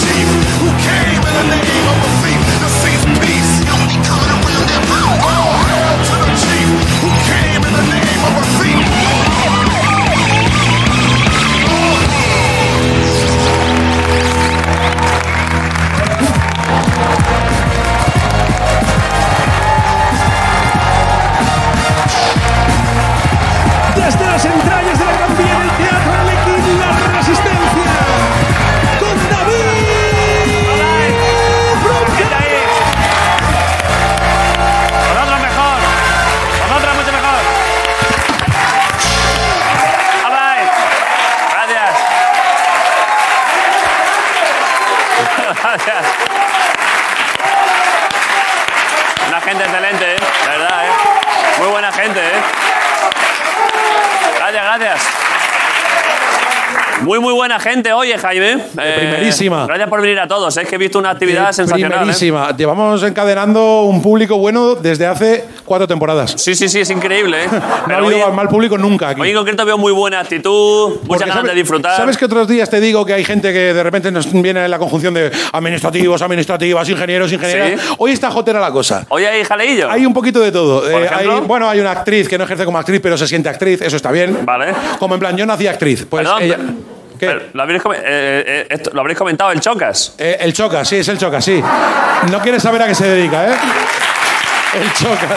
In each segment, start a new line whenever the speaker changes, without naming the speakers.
who came in the name of a thief to seize peace. Don't be coming around that power. All hail to the chief who came in the name of a thief.
Desde las entrañas de la Gran Vía del Teatro Arlequín, la resistencia. Con David.
Vosotros mejor. Vosotros mucho mejor. Alright. Gracias. Gracias. Una gente excelente, ¿eh? La verdad, ¿eh? Muy buena gente, ¿eh? Gracias, gracias. Muy, muy buena gente, oye, Jaime. Eh,
primerísima.
Gracias por venir a todos. ¿eh? Es que he visto una actividad sensacional. ¿eh?
Primerísima. Llevamos encadenando un público bueno desde hace cuatro temporadas.
Sí, sí, sí, es increíble. ¿eh?
No ha
Pero
habido
hoy-
mal público nunca aquí.
Hoy en concreto veo muy buena actitud, muchas
Porque
ganas
sabe-
de disfrutar.
¿Sabes que otros días te digo que hay gente que de repente nos viene la conjunción de administrativos, administrativas, ingenieros, ingenieras?
Sí.
Hoy está jotera la cosa.
Hoy hay jaleillo.
Hay un poquito de todo. Eh,
ejemplo?
hay- bueno, hay una actriz que no ejerce como actriz, pero se siente actriz, eso está bien.
Vale.
Como en plan, yo nací actriz. Pues
Perdón,
ella-
pero-
¿Qué?
pero lo, habréis come- eh, eh, esto- lo habréis comentado el Chocas.
Eh, el Choca, sí, es el Choca, sí. No quieres saber a qué se dedica, ¿eh? El Choca.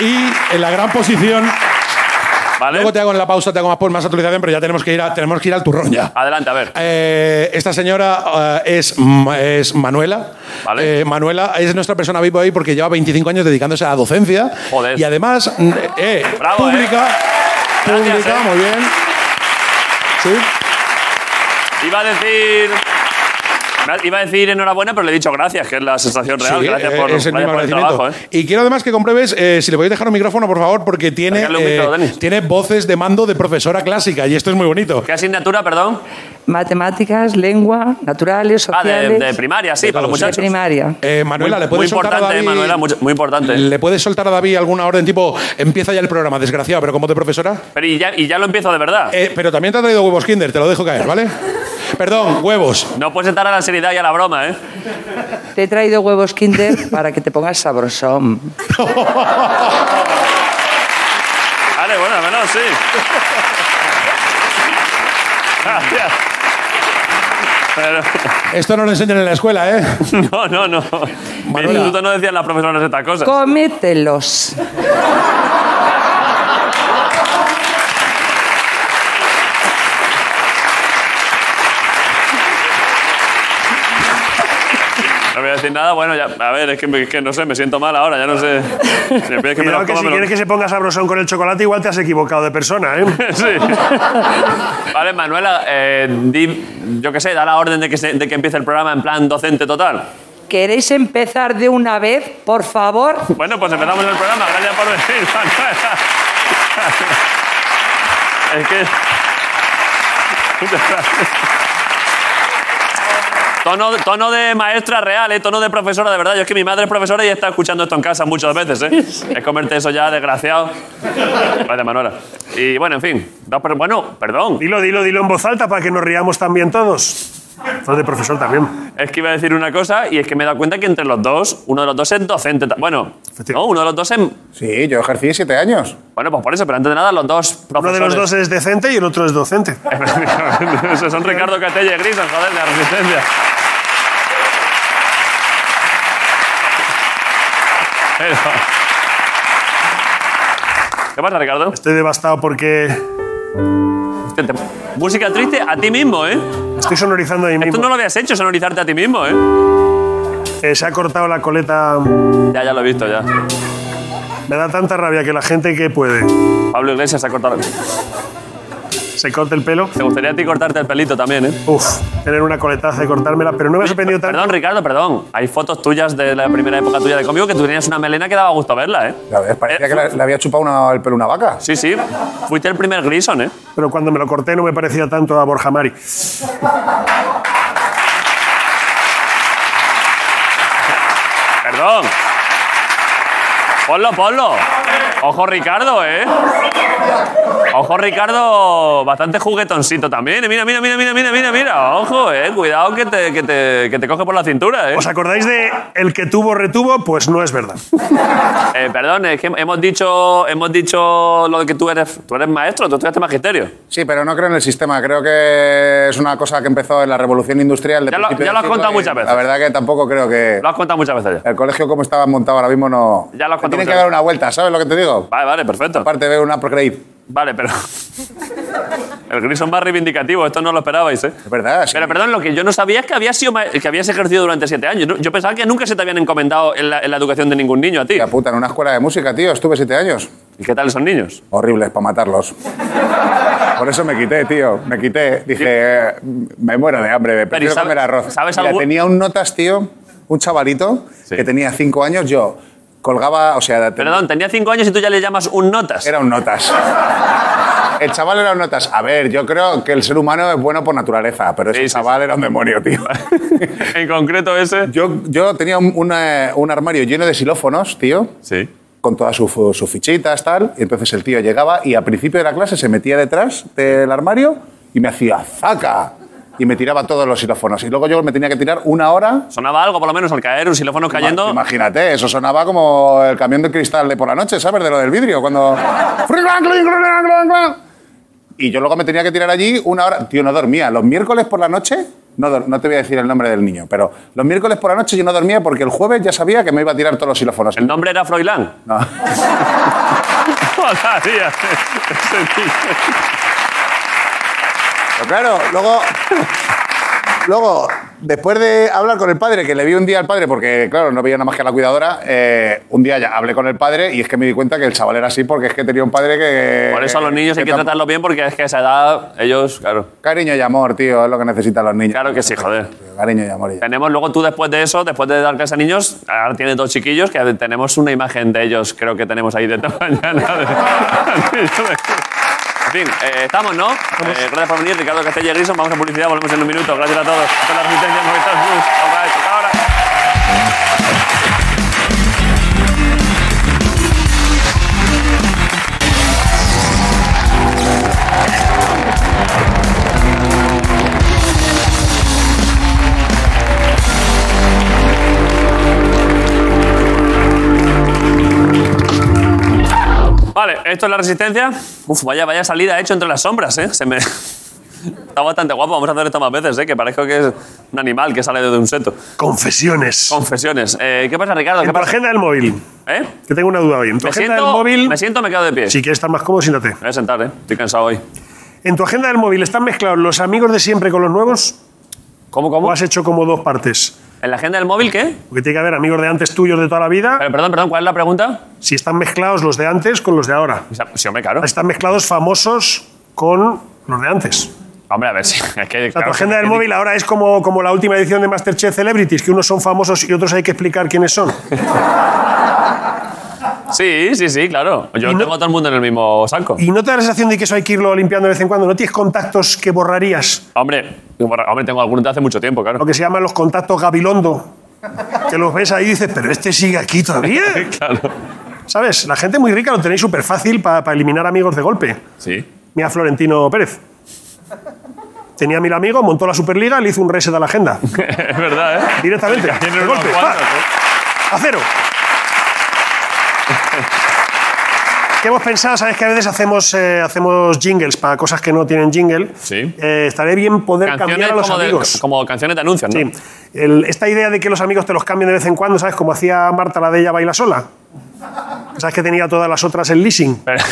Y en la gran posición,
¿Vale?
luego te hago en la pausa, te hago más, por más actualización, pero ya tenemos que ir, a- tenemos que ir al turrón ya.
Adelante, a ver.
Eh, esta señora eh, es, Ma- es Manuela.
Vale.
Eh, Manuela es nuestra persona viva hoy porque lleva 25 años dedicándose a la docencia.
Joder.
Y además, mm, eh,
Bravo,
pública.
Gracias,
pública,
eh.
muy bien. Sí.
Iba a decir. Iba a decir enhorabuena, pero le he dicho gracias, que es la sensación real.
Sí,
gracias
eh,
por,
es el
gracias
mismo
por el
agradecimiento.
trabajo. ¿eh?
Y quiero además que compruebes, eh, si le podéis dejar un micrófono, por favor, porque tiene,
Sacarle un
eh,
micro, Denis.
tiene voces de mando de profesora clásica y esto es muy bonito.
¿Qué asignatura, perdón?
Matemáticas, lengua, naturales,
Ah, de,
sociales.
de primaria, sí,
De
para los
todos.
de
muchachos.
primaria.
Eh, Manuela,
Muy-
¿le puedes
muy
soltar
importante,
a
eh,
David,
Manuela, mucho- muy importante.
¿Le puedes soltar a David alguna orden tipo, empieza ya el programa, desgraciado, pero como de profesora?
Pero y ya, y ya lo empiezo de verdad.
Eh, pero también te ha traído huevos Kinder, te lo dejo caer, ¿vale? Perdón, huevos.
No puedes estar a la seriedad y a la broma, ¿eh?
Te he traído huevos Kinder para que te pongas sabrosón.
Vale, bueno, al menos sí. Gracias. Pero-
Esto no lo enseñan en la escuela, ¿eh?
No, no, no. En el
Manuela.
instituto no decían las profesoras estas cosas.
Cómetelos.
No voy a decir nada, bueno, ya. A ver, es que, me- es que no sé, me siento mal ahora, ya no sé. Si me pides que me lo
Cuidado que
coma,
si
me lo-
quieres que se ponga sabrosón con el chocolate, igual te has equivocado de persona, ¿eh?
Sí. Vale, Manuela, eh, di- yo qué sé, da la orden de que, se- de que empiece el programa en plan docente total.
¿Queréis empezar de una vez, por favor?
Bueno, pues empezamos el programa. Gracias por venir, Manuela. Es que... Tono, tono de maestra real, ¿eh? tono de profesora, de verdad. Yo es que mi madre es profesora y está escuchando esto en casa muchas veces. ¿eh? Es comerte eso ya, desgraciado. Vale, Manuela. Y bueno, en fin. No, pero- Bueno, perdón.
Dilo, dilo, dilo en voz alta para que nos riamos también todos. Tú de profesor también.
Es que iba a decir una cosa y es que me he dado cuenta que entre los dos, uno de los dos es docente. ta- Bueno, no, uno de los dos es...
Sí, yo ejercí siete años.
Bueno, pues por eso, pero antes de nada, los dos profesores.
Uno de los dos es decente y el otro es docente.
Esos son Ricardo Catella y Grison, joder, de la resistencia. Pero- ¿Qué pasa, Ricardo?
Estoy devastado porque
Te- te- Música triste a ti mismo, ¿eh?
estoy sonorizando ahí
Tú
mismo.
no lo habías hecho, sonorizarte a ti mismo, ¿eh?
Eh, se ha cortado la coleta.
Ya, ya lo he visto, ya.
Me da tanta rabia que la gente que puede
Pablo Iglesias se ha cortado. Te
se corte el pelo.
gustaría a ti cortarte el pelito también, ¿eh?
Uf, tener una coletaza y cortármela, pero no me ha sorprendido tanto.
Perdón, Ricardo, perdón. Hay fotos tuyas de la primera época tuya de conmigo que tú tenías una melena que daba gusto verla, ¿eh?
La verdad, parecía
Eh,
que le, le había chupado una- el pelo a una vaca.
Sí, sí. Fuiste el primer Grison, ¿eh?
Pero cuando me lo corté no me parecía tanto a Borja Mari.
Perdón. Ponlo, ponlo. Ojo, Ricardo, ¿eh? Ojo, Ricardo, bastante juguetoncito también. Eh, Mira, mira, mira, mira, mira, mira, mira. Ojo, eh. Cuidado que te, que te, que te coge por la cintura, eh.
¿Os acordáis de el que tuvo retuvo? Pues no es verdad.
Eh, Perdón, es que hemos dicho, hemos dicho lo de que tú eres, tú eres maestro, tú estudiaste magisterio.
Sí, pero no creo en el sistema. Creo que es una cosa que empezó en la revolución industrial. de
Ya lo-
principio
ya
del
lo has
siglo
contado
y
muchas veces.
La verdad que tampoco creo que.
Lo has contado muchas veces ya.
El colegio como estaba montado ahora mismo no...
Ya lo has
Le
contado
Tienen que
muchas
dar una vuelta, ¿sabes lo que te digo?
Vale, vale, perfecto.
Aparte de una upgrade.
Vale, pero. El Grison más reivindicativo, esto no lo esperabais, ¿eh?
Es verdad, sí.
Pero perdón, lo que yo no sabía es que habías, sido ma- que habías ejercido durante siete años. No- Yo pensaba que nunca se te habían encomendado en la, en la educación de ningún niño a ti.
Hostia puta, en una escuela de música, tío. Estuve siete años.
¿Y qué tal son niños?
Horribles para matarlos. Por eso me quité, tío. Me quité. Dije, eh, me muero de hambre. Prefiero
sabe-
comer arroz.
¿sabes
Mira,
algo-
Tenía un notas, tío. Un chavalito
Sí.
que tenía cinco años. Yo colgaba, o sea... ten-
Perdón, tenía cinco años y tú ya le llamas un notas.
Era un notas. El chaval era un notas. A ver, yo creo que el ser humano es bueno por naturaleza, pero ese
Sí, sí,
chaval era un demonio, tío.
En concreto ese.
Yo, yo tenía un,
eh,
una- eh, un armario lleno de xilófonos, tío,
Sí.
con todas sus sus fichitas, tal. Y entonces el tío llegaba y al principio de la clase se metía detrás del armario y me hacía ¡zaca! Y me tiraba todos los xilófonos. Y luego yo me tenía que tirar una hora.
Sonaba algo, por lo menos, al caer, un xilófono cayendo.
Imagínate, eso sonaba como el camión de cristal de por la noche, ¿sabes? De lo del vidrio, cuando... Y yo luego me tenía que tirar allí una hora... Tío, no dormía. Los miércoles por la noche... No, dor- no te voy a decir el nombre del niño, pero los miércoles por la noche yo no dormía porque el jueves ya sabía que me iba a tirar todos los xilófonos.
El nombre era Froilán.
No.
Molaría. Ese tío.
Pero claro, luego. Luego, después de hablar con el padre, que le vi un día al padre, porque claro, no veía nada más que a la cuidadora, eh, un día ya hablé con el padre y es que me di cuenta que el chaval era así porque es que tenía un padre Eh, que.
Por eso a los niños hay que
tam-
tratarlos bien porque es que a esa edad ellos, claro.
Cariño y amor, tío, es lo que necesitan los niños.
Claro que sí, joder.
Cariño y amor. y ya.
Tenemos luego tú después de eso, después de dar clase a niños, ahora tienes dos chiquillos que tenemos una imagen de ellos, creo que tenemos ahí de esta mañana. de- En fin, eh, estamos, ¿no? Eh, gracias por venir, Ricardo Castella y Grison. Vamos a publicidad, volvemos en un minuto. Gracias a todos. Hasta la resistencia, nos vemos. All right, hasta ahora. Vale, esto es la resistencia. Uf, vaya, vaya salida he hecho entre las sombras, ¿eh? Se me... Está bastante guapo, vamos a hacer esto más veces, ¿eh? Que parezco que es un animal que sale de un seto.
Confesiones.
Confesiones. Eh, ¿Qué pasa, Ricardo? ¿Qué
En tu
pasa?
agenda del móvil.
¿Eh?
Que tengo una duda hoy. En tu
Me
agenda
siento,
del móvil.
me siento, me quedo de pie.
Si quieres estar más cómodo, siéntate.
Me voy a sentar, ¿eh? Estoy cansado hoy.
En tu agenda del móvil están mezclados los amigos de siempre con los nuevos.
¿Cómo,
¿O
cómo?
has hecho como dos partes?
¿En la agenda del móvil qué?
Porque tiene que haber amigos de antes tuyos de toda la vida.
Pero, perdón, perdón, ¿cuál es la pregunta?
Si están mezclados los de antes con los de ahora.
O sea, Sí, hombre, claro.
Están mezclados famosos con los de antes.
Hombre, a ver, sí. Es que,
O sea,
claro,
tu agenda
que-
del móvil ahora es como, como la última edición de Masterchef Celebrities, que unos son famosos y otros hay que explicar quiénes son.
Sí, sí, sí, claro. Yo
Y no-
tengo a todo el mundo en el mismo saco.
Y no te da la sensación de que eso hay que irlo limpiando de vez en cuando. No tienes contactos que borrarías,
Hombre, hombre, tengo algunos de hace mucho tiempo, claro.
lo que se llaman los contactos Gabilondo. Que los ves ahí y dices, pero este sigue aquí todavía.
Claro.
¿Sabes? La gente muy rica lo tenéis súper fácil para eliminar amigos de golpe.
Sí.
Mira a Florentino Pérez. Tenía mil amigos, montó la Superliga, le hizo un reset a la agenda.
es verdad, ¿eh?
Directamente.
Tienen
de
unos
golpe,
cuantos,
¡pa!
¿eh?
a cero. ¿Qué hemos pensado? Sabes que a veces hacemos, eh, hacemos jingles para cosas que no tienen jingle.
Sí.
Eh, estaría bien poder
Canciones
cambiar a los
como, de-
amigos.
como canciones de anuncios, ¿no?
Sí. El- esta idea de que los amigos te los cambien de vez en cuando, ¿sabes? Como hacía Marta la de ella baila sola. ¿Sabes que tenía todas las otras en leasing?
Pero-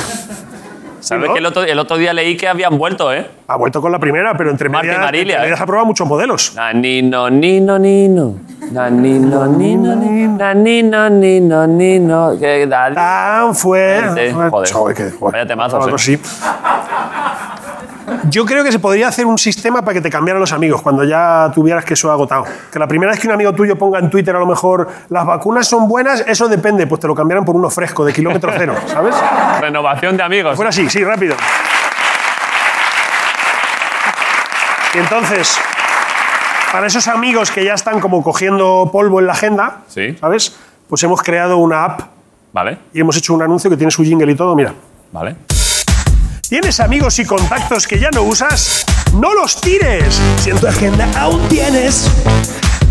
¿Sabes
¿no?
que el otro, el otro día leí que habían vuelto, eh?
Ha vuelto con la primera, pero entre
Marta y
medias,
Marilia, ¿eh?
entre medias ha probado muchos modelos.
Nanino, nino, nino. Nanino, nino, nino. Nanino, nino, nino. ¿Qué tal?
Tan fuerte.
Fuerte, Este joder.
Joder, qué- joder.
Vaya temazos,
Algo
eh.
así. Yo creo que se podría hacer un sistema para que te cambiaran los amigos cuando ya tuvieras que eso agotado. Que la primera vez que un amigo tuyo ponga en Twitter a lo mejor las vacunas son buenas, eso depende, pues te lo cambiaran por uno fresco de kilómetro cero, ¿sabes?
Renovación de amigos.
Fuera así, sí, rápido. Y entonces, para esos amigos que ya están como cogiendo polvo en la agenda,
Sí.
¿sabes? Pues hemos creado una app
Vale,
y hemos hecho un anuncio que tiene su jingle y todo, mira.
vale.
¿Tienes amigos y contactos que ya no usas? ¡No los tires! Si en tu agenda aún tienes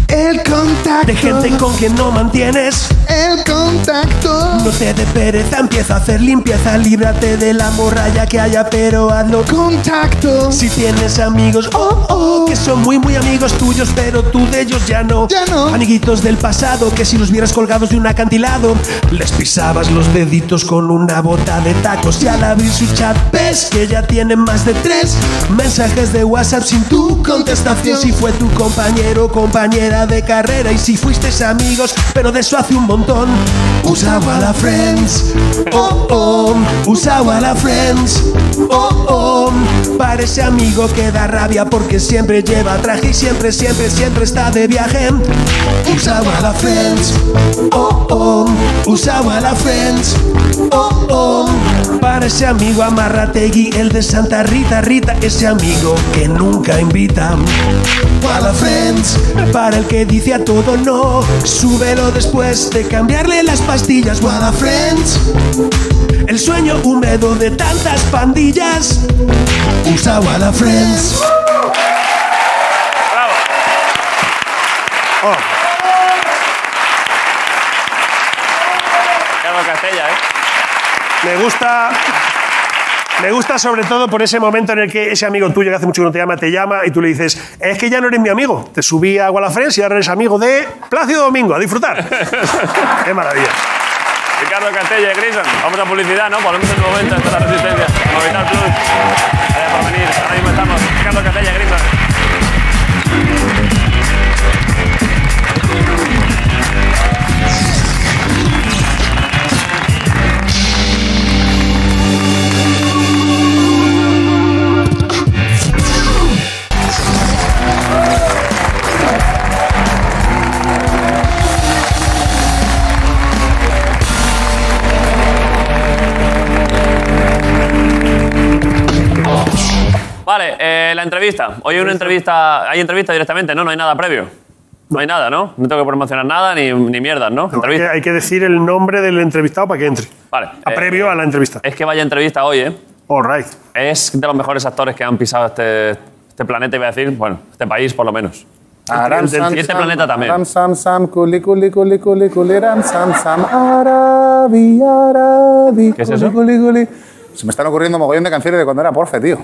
El contacto.
de gente con quien no mantienes,
El contacto.
no te dé pereza, empieza a hacer limpieza, líbrate de la morralla que haya, pero hazlo
Contacto.
Si tienes amigos, oh, oh, que son muy, muy amigos tuyos, pero tú de ellos ya no.
Ya no.
Amiguitos del pasado, que si los vieras colgados de un acantilado, les pisabas los deditos con una bota de tacos. Y al abrir su chat, ves que ya tienen más de tres mensajes de WhatsApp sin tu contestación. Si fue tu compañero o compañera de carrera y si fuiste amigos, pero de eso hace un montón. Usa la Friends, oh, oh. Usa la Friends, oh, oh. Parece amigo que da rabia porque siempre lleva traje y siempre, siempre, siempre está de viaje. Usa la Friends, oh, oh. Usa la Friends, oh, oh. Para ese amigo amarrategui, el de Santa Rita, Rita, ese amigo que nunca invita. Para friends, para el que dice a todo no, súbelo después de cambiarle las pastillas. Para friends, el sueño húmedo de tantas pandillas. Usa Wala friends.
¡Bravo! Carlos Castella, ¿eh?
Me gusta. Me gusta sobre todo por ese momento en el que ese amigo tuyo que hace mucho que no te llama, te llama y tú le dices, es que ya no eres mi amigo. Te subí a Wallafriends y ahora eres amigo de Plácido Domingo, a disfrutar. Qué maravilla.
Ricardo Castella y Grison. Vamos a publicidad, ¿no? Volvemos en un momento. Esta es la resistencia. Movistar Plus. Gracias por venir. Ahora mismo estamos. Ricardo Castella y Grison. Vale, eh, la entrevista. Hoy hay una entrevista. Hay entrevista directamente, ¿no? No hay nada previo. No hay nada, ¿no? No tengo que promocionar nada ni, ni mierdas, ¿no?
Hay que,
Entrevista.
hay que decir el nombre del entrevistado para que entre.
Vale.
A
eh,
previo a la entrevista.
Es que vaya entrevista hoy, ¿eh?
All right.
Es de los mejores actores que han pisado este, este planeta, iba a decir. Bueno, este país, por lo menos.
Aram,
del
sam,
siguiente
sam,
planeta también.
Aram, sam, sam, culi, culi, culi, culi, culi, ram, sam, sam, arabi, arabi,
¿Qué es
culi,
eso?
culi, culi. Se me están ocurriendo mogollón de canciones de cuando era porfe, tío.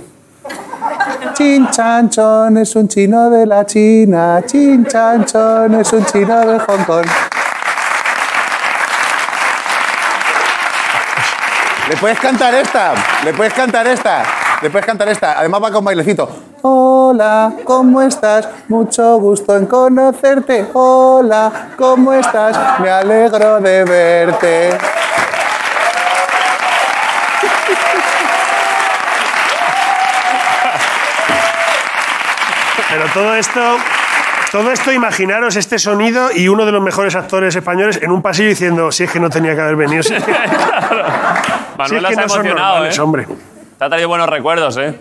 Chin Chan Chon es un chino de la China, Chin Chan Chon es un chino de Hong Kong. Le puedes cantar esta, le puedes cantar esta, le puedes cantar esta. Además va con bailecito. Hola, ¿cómo estás? Mucho gusto en conocerte. Hola, ¿cómo estás? Me alegro de verte.
Pero todo esto, todo esto, imaginaros este sonido y uno de los mejores actores españoles en un pasillo diciendo, si es que no tenía que haber venido. Si es que, si es
Manuela
que
se ha
no son
emocionado,
normales,
¿eh?
hombre.
Te ha traído buenos recuerdos, ¿eh?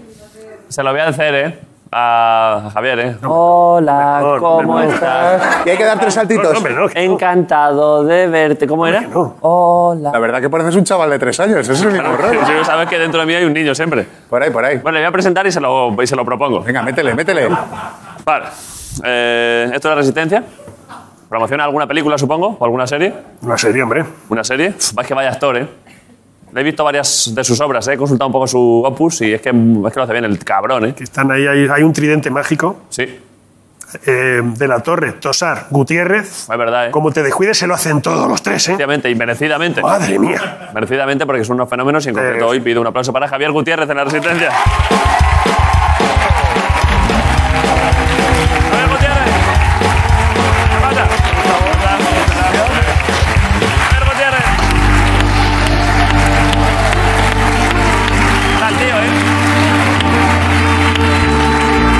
Se lo voy a hacer, ¿eh? A Javier, ¿eh?
Hola,
Mejor,
Ah, ¿cómo
mejor.
estás?
Y hay que dar tres
No,
saltitos.
no, hombre, no, que-
Encantado de verte. ¿Cómo era?
no.
La
Hola.
verdad que pareces un chaval de tres años, eso es lo único raro.
Si no sabes que dentro de mí hay un niño siempre.
Por ahí, por ahí.
Bueno, le voy a presentar y se lo, y se lo propongo.
Venga, métele, métele.
Vale. Eh, ¿Esto es la resistencia? ¿Promociona alguna película, supongo? ¿O alguna serie?
Una serie, hombre.
¿Una serie? Pff, Es que vaya actor, ¿eh? Le he visto varias de sus obras, ¿eh? He consultado un poco su opus y es que, es que lo hace bien el cabrón, ¿eh?
Que están ahí, hay, hay un tridente mágico
Sí, es
eh, de la torre, Tosar, Gutiérrez.
verdad, ¿eh?
Como te descuides, se lo hacen todos los tres, ¿eh?
Efectivamente, y merecidamente.
Madre mía.
Merecidamente porque son unos fenómenos y en concreto
Eh,
hoy pido un aplauso para Javier Gutiérrez en la Resistencia. Javier Gutiérrez. ¿Qué pasa? Javier Gutiérrez. Está el tío, ¿eh?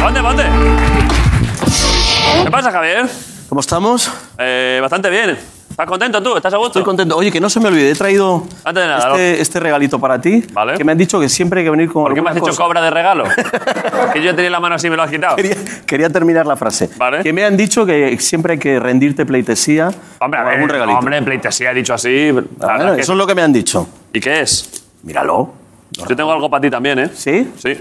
¿Dónde, dónde? ¿Qué pasa, Javier?
¿Cómo estamos?
Eh, bastante bien. ¿Estás contento tú? ¿Estás a gusto?
Estoy contento. Oye, que no se me olvide, he traído
Antes de nada,
este, este regalito para ti.
Vale.
Que me han dicho que siempre hay que venir con.
¿Por qué me has
alguna
hecho
cosa.
cobra de regalo? que yo tenía la mano así y me lo has quitado.
Quería, quería terminar la frase.
Vale.
Que me han dicho que siempre hay que rendirte pleitesía
Hombre, a
con
ver,
algún regalito.
hombre, en pleitesía he dicho así. la
Ah,
verdad
bueno,
que-
eso es lo que me han dicho.
¿Y qué es?
Míralo.
Yo tengo algo para ti también, ¿eh?
¿Sí?
Sí.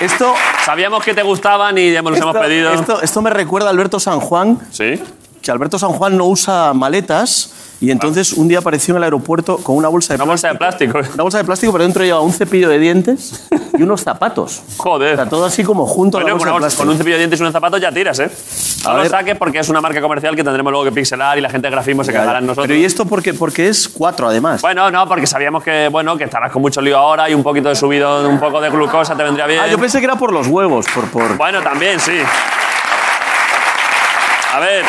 Esto,
Sabíamos que te gustaban y ya me los
esto,
hemos pedido.
esto, esto me recuerda a Alberto San Juan,
Sí.
que Alberto San Juan no usa maletas y entonces un día apareció en el aeropuerto con una bolsa de
Una
plástico.
bolsa de plástico.
Una bolsa de plástico, pero dentro lleva un cepillo de dientes y unos zapatos. O
Joder.
sea, todo así como junto
Bueno,
a la
con,
bolsa de
una bolsa-
plástico.
con un cepillo de dientes y unos zapatos ya tiras, ¿eh?
A
no lo
ver.
saques porque es una marca comercial que tendremos luego que pixelar y la gente de grafismo se cagará en nosotros.
Pero ¿y esto porque, porque es cuatro, además?
Bueno, no, porque sabíamos que, bueno, que estarás con mucho lío ahora y un poquito de subido, un poco de glucosa te vendría bien.
Ah, yo pensé que era por los huevos, por... por...
Bueno, también, sí. A ver,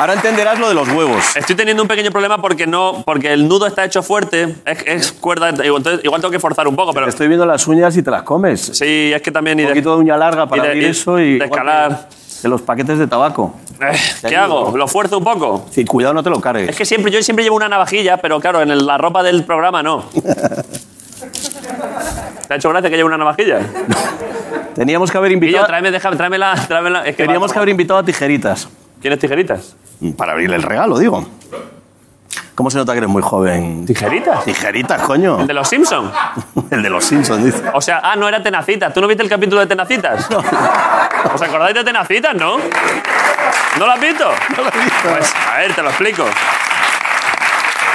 Ahora entenderás lo de los huevos.
estoy teniendo un pequeño problema porque no, porque el nudo está hecho fuerte, es, es cuerda, entonces igual tengo que forzar un poco, pero
Te estoy viendo las uñas y te las comes.
sí, es que también y
un
de-
poquito de uña larga Ah, para
y de-
abrir
y
eso y...
de escalar.
De los paquetes de tabaco.
Eh, ¿Qué
Ya digo.
hago? ¿Lo fuerzo un poco?
Sí, cuidado, no te lo cargues.
Es que siempre, yo siempre llevo una navajilla, pero claro, en el- la ropa del programa no. ¿Te ha hecho gracia que lleve una navajilla?
Teníamos que haber
Guillo,
invitado...
tráeme, déjame, tráemela, tráemela. Es que
Teníamos que haber invitado a tijeritas.
¿Quieres tijeritas?
Mm. Para abrirle el regalo, digo. ¿Cómo se nota que eres muy joven?
¿Tijeritas?
Tijeritas, coño.
¿El de los Simpsons?
El de los Simpsons, dice.
O sea, ah, no era Tenacitas. ¿Tú no viste el capítulo de Tenacitas? ¿Os acordáis de Tenacitas, no? ¿No lo has visto? Pues, a ver, te lo explico.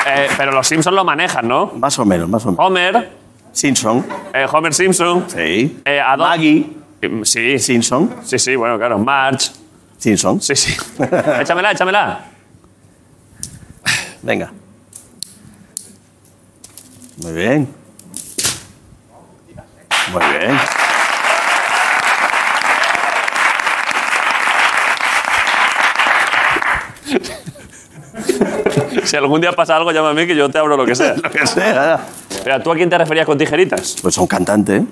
Eh, pero los Simpsons lo manejan, ¿no?
Más o menos, más o menos.
Homer,
Simpson.
eh, Homer Simpson,
Sí.
eh, Adon-
Maggie.
Mm, Sí, sí,
Simpson.
sí, sí, bueno, claro. March,
Simpson.
sí, sí. échamela, échamela.
Venga. Muy bien. Muy bien.
Si algún día pasa algo, llámame que yo te abro lo que sea.
Lo que sea.
Pero, ¿tú a quién te referías con tijeritas?
Pues son cantante, ¿eh?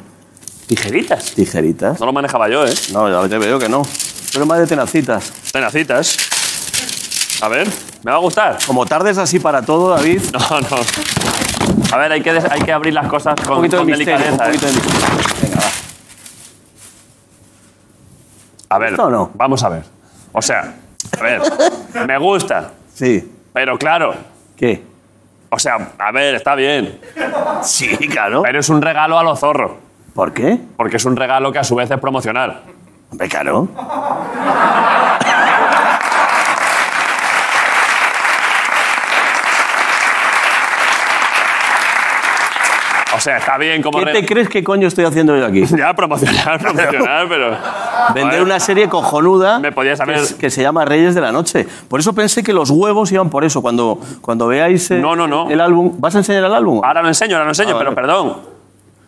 ¿Tijeritas?
tijeritas.
No lo manejaba yo, ¿eh?
No, ya te veo que no. Pero más de tenacitas.
Tenacitas. A ver, me va a gustar.
Como tardes así para todo, David.
No, no. A ver, hay que, des- hay que abrir las cosas
Un
con,
poquito de
con
misterio. Un
delicadeza.
poquito
¿eh?
de misterio.
A ver,
¿Esto o no?
vamos a ver. O sea, a ver, me gusta,
Sí.
pero claro,
¿Qué?
o sea, a ver, está bien,
Sí, claro.
pero es un regalo a los zorros,
¿Por qué?
porque es un regalo que a su vez es promocional.
Hombre, claro.
O sea, está bien como...
¿Qué
re-
te crees que coño estoy haciendo yo aquí?
ya, promocional, promocional, pero...
Vender
Joder,
una serie cojonuda
Me podías haber-
que, es- que se llama Reyes de la Noche. Por eso pensé que los huevos iban por eso. Cuando, cuando veáis eh,
No, no, no.
el álbum... ¿Vas a enseñar el álbum?
Ahora lo enseño, ahora lo enseño,
Ah,
pero
vale.
perdón.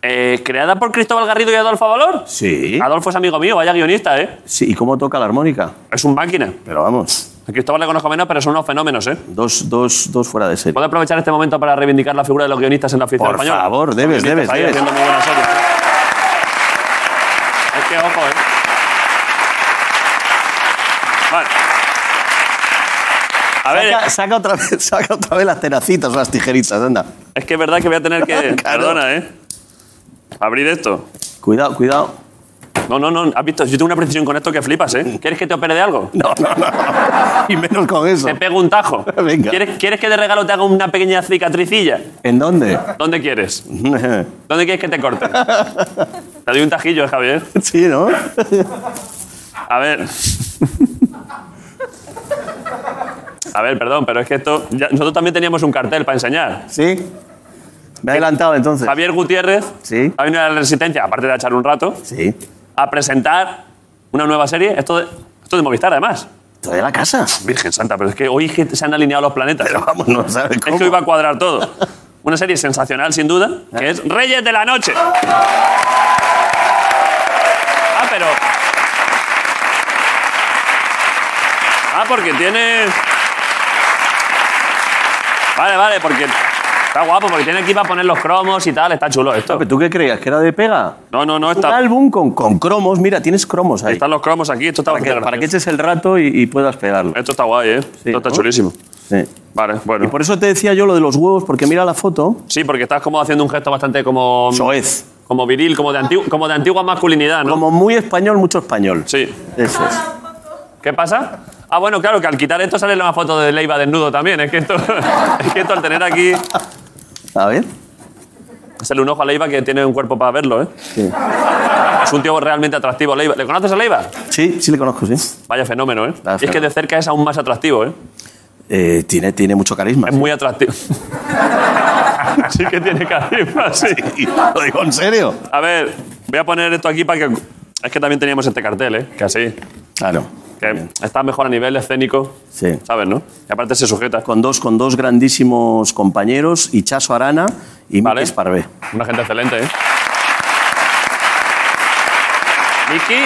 Eh, ¿Creada por Cristóbal Garrido y Adolfo Valor?
Sí.
Adolfo es amigo mío, vaya guionista, ¿eh?
sí. ¿Y cómo toca la armónica?
Es un máquina.
Pero vamos,
A Cristóbal le conozco menos, pero son unos fenómenos, ¿eh?
dos, dos, dos fuera de serie.
¿Puedo aprovechar este momento para reivindicar la figura de los guionistas en la ficción
Por
española?
favor, debes,
Guionistas
debes,
ahí
debes.
haciendo muy buenas series. Es que ojo, ¿eh? Vale. A ver,
Saca, saca otra vez, saca otra vez las tenacitas o las tijeritas, anda.
es que es verdad que voy a tener que...
Claro.
Perdona, ¿eh? Abrir esto.
Cuidado, cuidado.
No, no, no. Has visto, yo tengo una precisión con esto que flipas, ¿eh? ¿Quieres que te opere de algo?
Mm. No, no, no. Y menos con eso.
Te pego un tajo.
Venga.
¿Quieres, ¿Quieres que de regalo te haga una pequeña cicatricilla?
¿En dónde?
¿Dónde quieres? ¿Dónde quieres que te corte? Te doy un tajillo, Javier.
sí, ¿no?
A ver. A ver, perdón, pero es que esto. ya- nosotros también teníamos un cartel para enseñar.
Sí. Me ha adelantado entonces.
Javier Gutiérrez
Sí.
ha venido a la Resistencia, aparte de echar un rato,
Sí.
a presentar una nueva serie. Esto de, esto de Movistar, además.
Trae la casa.
Virgen Santa, pero es que hoy es que se han alineado los planetas.
Pero vamos, no sabes
Es
cómo. ¿Eh?
que hoy va a cuadrar todo. Una serie sensacional, sin duda, que es Reyes de la Noche. Ah, pero. Ah, porque tiene. Vale, vale, porque. Está guapo, porque tiene aquí para poner los cromos y tal. Está chulo esto.
¿Pero ¿Tú qué creías? ¿Que era de pega?
No, no, no,
Un
está,
álbum con, con cromos. Mira, tienes cromos ahí.
están los cromos aquí. Esto está
Para que,
bastante
para que
gracioso.
eches el rato y, y puedas pegarlo.
Esto está guay, ¿eh? esto está
¿no?
chulísimo.
Sí.
Vale,
Y
bueno.
por eso te decía yo lo de los huevos, porque mira la foto.
Sí, porque estás como haciendo un gesto bastante como.
Soez.
Como viril, como de, antigu- como de antigua masculinidad, ¿no?
Como muy español, mucho español.
Sí.
Eso es.
¿Qué pasa? Ah, bueno, claro, que al quitar esto sale la foto de Leiva desnudo también. Es que esto, es que esto al tener aquí.
A ver.
Sale un ojo a Leiva que tiene un cuerpo para verlo, ¿eh?
Sí.
Es un tío realmente atractivo, Leiva. ¿Le conoces a Leiva?
Sí, sí le conozco, sí.
Vaya fenómeno, ¿eh?
Ah,
Y es que de cerca es aún más atractivo, ¿eh?
Eh, tiene, tiene mucho carisma.
Es muy atractivo. sí que tiene carisma, sí.
Lo digo en serio.
A ver, voy a poner esto aquí para que. Es que también teníamos este cartel, ¿eh? Que así.
Claro.
Que está mejor a nivel escénico.
Sí.
¿Sabes, no? Y aparte se sujeta.
Con dos, con dos grandísimos compañeros, Ichazo Arana y
Vale.
Mike Parvé.
Una gente excelente, ¿eh? Miki.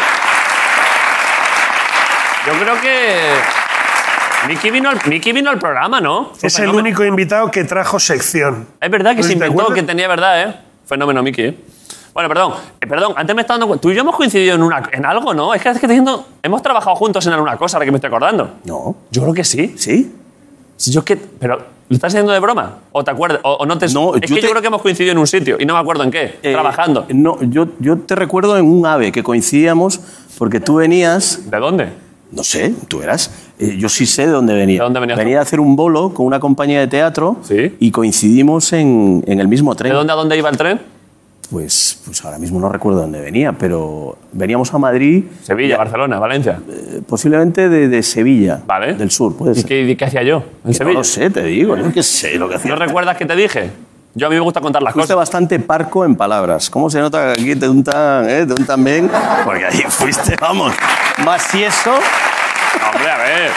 Yo creo que. Miki vino, al, Miki vino al programa, ¿no? Fue
Es
un
el
fenómeno.
único invitado que trajo sección.
Es verdad que
¿Te
se inventó,
acuerdas?
que tenía verdad, ¿eh? Fenómeno, Miki, ¿eh? Bueno, perdón, eh, perdón, antes me estaba dando cuenta. Tú y yo hemos coincidido en, una, en algo, ¿no? Es que, es que te siento- hemos trabajado juntos en alguna cosa, ahora que me estoy acordando.
No.
Yo creo que sí.
¿Sí?
Si yo es que. Pero, ¿lo estás haciendo de broma? ¿O te acuerdas? ¿O, o no te.?
No,
es
yo
que yo
te-
creo que hemos coincidido en un sitio y no me acuerdo en qué.
Eh,
trabajando.
No, yo, yo te recuerdo en un AVE que coincidíamos porque tú venías,
¿De dónde?
no sé, tú eras, eh, yo sí sé de dónde venía.
¿De dónde venías tú?
Venía a hacer un bolo con una compañía de teatro
Sí.
y coincidimos en, en el mismo
¿De
tren.
dónde a dónde iba el tren?
Pues, pues ahora mismo no recuerdo dónde venía, pero veníamos a Madrid,
Sevilla, Barcelona, Valencia.
eh, posiblemente de, de Sevilla,
Vale.
del sur, puede
¿Y
ser.
qué, y qué hacía yo en
Que no
Sevilla?
lo sé, te digo, yo qué sé lo que hacía.
¿No recuerdas que te dije? Yo a mí me gusta contar las
Fuiste
cosas.
bastante parco en palabras. ¿Cómo se nota que aquí te untan, eh? Te untan bien. Porque ahí fuiste, vamos, más tieso.
No, hombre, a ver.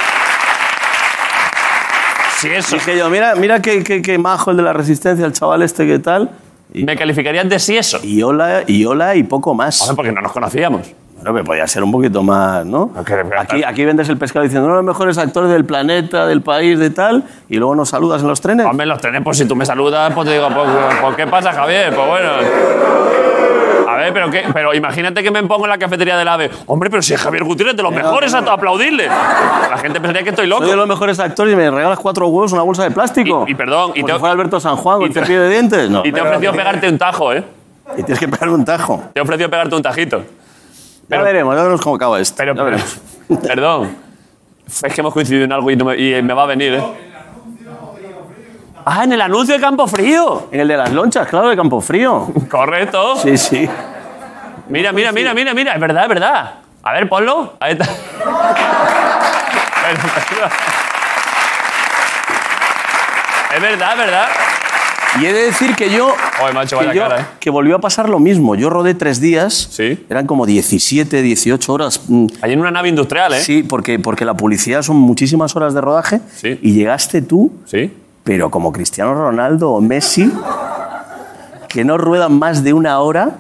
Si eso.
Dije yo, mira, mira qué, qué, qué majo el de la resistencia, el chaval este, qué tal. Y,
Me calificarías de si eso.
y hola, y hola, y poco más.
Joder, porque no nos conocíamos.
Bueno, que podía ser un poquito más, ¿no?
No, que-
Aquí, aquí vendes el pescado diciendo, uno de los mejores actores del planeta, del país, de tal, y luego nos saludas en los trenes.
Hombre, los trenes, pues si tú me saludas, pues te digo, pues, pues, ¿qué pasa, Javier? Pues bueno. A ver, pero, qué, pero imagínate que me pongo en la cafetería del AVE. Hombre, pero si es Javier Gutiérrez,
Eh,
de los mejores, a aplaudirle. La gente pensaría que estoy loco.
Soy de los mejores actores y me regalas cuatro huevos, una bolsa de plástico.
Y- y perdón, y
Como
te-
si fuera Alberto San Juan
y
con
te-
el cepillo de dientes. No,
Y te he ofrecido pegarte un tajo, ¿eh?
y tienes que pegar un tajo.
Te he ofrecido pegarte un tajito. Pero-
ya veremos, ya veremos cómo acaba esto.
Pero,
ya
pero-
veremos.
perdón. Es que hemos coincidido en algo y, no me, y me va a venir, ¿eh? Ah, en el anuncio de Campo Frío.
En el de las lonchas, claro, de Campofrío.
Correcto.
Sí, sí.
Mira, mira, mira, mira, mira. Es verdad, es verdad. A ver, ponlo. Ahí está. Es verdad, es verdad.
Y he de decir que yo.
Oye, macho, vaya
que, yo-
cara, ¿eh?
que volvió a pasar lo mismo. Yo rodé tres días.
Sí.
Eran como 17, 18 horas. mm,
Allí en una nave industrial, ¿eh?
Sí, porque, porque la publicidad son muchísimas horas de rodaje.
Sí.
Y llegaste tú,
Sí.
pero como Cristiano Ronaldo o Messi, que no ruedan más de una hora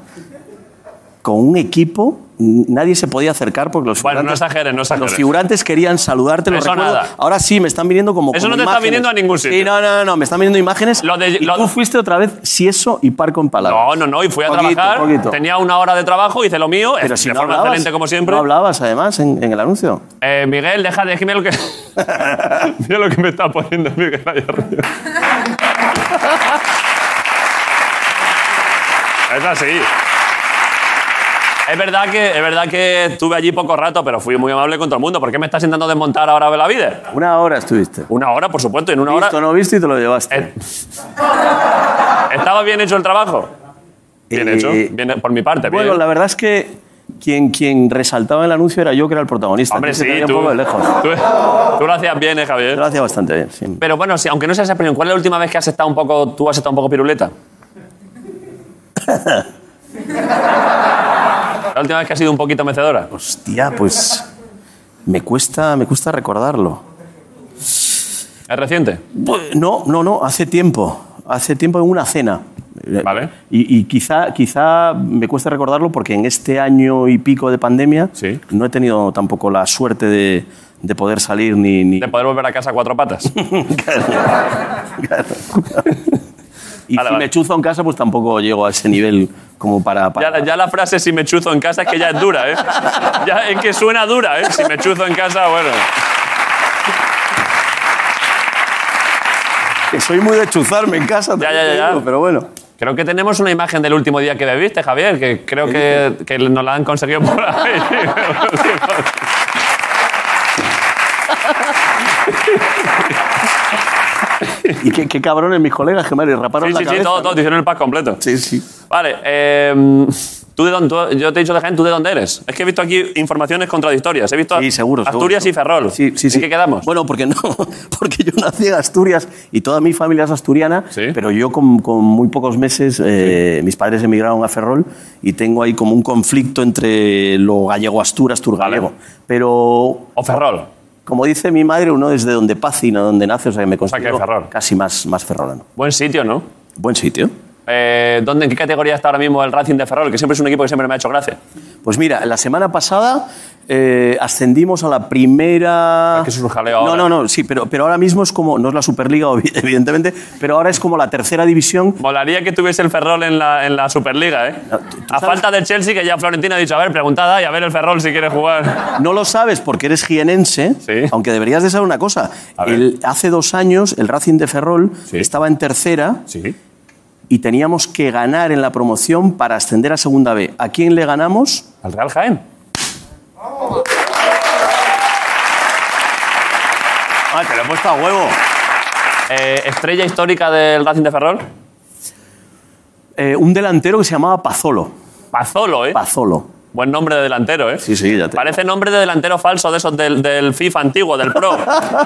con un equipo. n- Nadie se podía acercar porque los
Bueno, no
figurantes-
exageres, no
Los
exageres.
figurantes querían saludarte, lo
Eso
recuerdo.
nada.
Ahora sí, me están viniendo como.
Eso
como
no te está
imágenes.
viniendo a ningún sitio.
Sí, no, no, no, no, me están viniendo imágenes.
Lo de-
y
lo-
tú fuiste otra vez si eso y parco en palabras.
No, no, no. Y fui a
Poquito,
trabajar.
poquito.
Tenía una hora de trabajo, hice lo mío.
Pero
de
si no
forma
hablabas.
excelente, como siempre.
No hablabas, además, en, en el anuncio.
Eh, Miguel, deja de decirme lo que. Mira lo que me está poniendo Miguel ahí arriba. es así. Es verdad, que, es verdad que estuve allí poco rato, pero fui muy amable con todo el mundo. ¿Por qué me estás intentando desmontar ahora de la vida?
Una hora estuviste.
Una hora, por supuesto, y en una hora.
Visto, no visto y te lo llevaste.
Eh, ¿Estaba bien hecho el trabajo? Bien
Eh,
hecho. Bien, por mi parte,
bueno,
bien.
la verdad es que quien, quien resaltaba el anuncio era yo, que era el protagonista.
Hombre,
Entonces se te
sí,
veía
tú.
un poco de lejos.
Tú, tú lo hacías bien, eh, Javier.
Yo lo hacía bastante bien, sí.
Pero bueno, si, aunque no sea esa expresión, ¿cuál es la última vez que has estado un poco, tú has estado un poco piruleta? la última vez que has sido un poquito mecedora.
Hostia, pues. Me cuesta, me cuesta recordarlo.
¿Es reciente?
Pues, No, no, no, hace tiempo. Hace tiempo en una cena. Eh,
Vale.
Y, y quizá, quizá me cueste recordarlo porque en este año y pico de pandemia
Sí.
no he tenido tampoco la suerte de, de poder salir ni... ni-
De poder volver a casa a cuatro patas.
y
Vale,
si
vale.
me chuzo en casa pues tampoco llego a ese nivel como para...
Ya,
para-
la- ya la frase si me chuzo en casa es que ya es dura, ¿eh? Ya es que suena dura, ¿eh? Si me chuzo en casa, bueno.
Que soy muy de chuzarme en casa,
Ya, ya,
te
ya,
digo,
ya.
pero bueno.
Creo que tenemos una imagen del último día que bebiste, Javier, que creo que, que nos la han conseguido por ahí.
Y qué, qué cabrones mis colegas que me raparon
sí,
la
sí, sí,
cabeza.
todo, todo, te hicieron el pack completo.
Sí, sí.
Vale, eh, ¿tú de dónde, tú- yo te he dicho de Jaén, ¿tú de dónde eres? Es que he visto aquí informaciones contradictorias. He visto
Sí, seguro. seguro,
Asturias
seguro.
y Ferrol.
Sí, sí, sí.
¿En qué quedamos?
Bueno, porque no, porque yo nací en Asturias y toda mi familia es asturiana,
Sí.
pero yo con, con muy pocos meses, eh, mis padres emigraron a Ferrol y tengo ahí como un conflicto entre lo gallego-astur, astur-gallego. Pero,
o Ferrol.
como dice mi madre, uno desde donde pacina, donde nace, o sea que me
sea, que
considero
Ferrol.
casi más, más ferrolano.
Buen sitio, ¿no?
Buen sitio.
Eh, ¿dónde, ¿En qué categoría está ahora mismo el Racing de Ferrol? Que siempre es un equipo que siempre me ha hecho gracia.
Pues mira, la semana pasada eh, ascendimos a la primera.
Ah, que eso es un jaleo
No,
ahora.
no, no, sí, pero, pero ahora mismo es como. No es la Superliga, obvi- evidentemente, pero ahora es como la tercera división.
Molaría que tuviese el Ferrol en la, en la Superliga, ¿eh?
No, tú- tú
a
sabes-
falta del Chelsea, que ya Florentino ha dicho, a ver, preguntada y a ver el Ferrol si quiere jugar.
No lo sabes porque eres jienense,
Sí.
aunque deberías de saber una cosa.
A ver.
El- hace dos años el Racing de Ferrol
Sí.
estaba en tercera
Sí.
y teníamos que ganar en la promoción para ascender a segunda B. ¿A quién le ganamos?
Al Real Jaén.
Ah, te lo he puesto a huevo.
Eh, estrella histórica del Racing de Ferrol.
Eh, un delantero que se llamaba Pazolo.
Pazolo, ¿eh?
Pazolo.
Buen nombre de delantero, ¿eh?
Sí, sí, ya te-
Parece nombre de delantero falso de esos del, del FIFA antiguo, del Pro.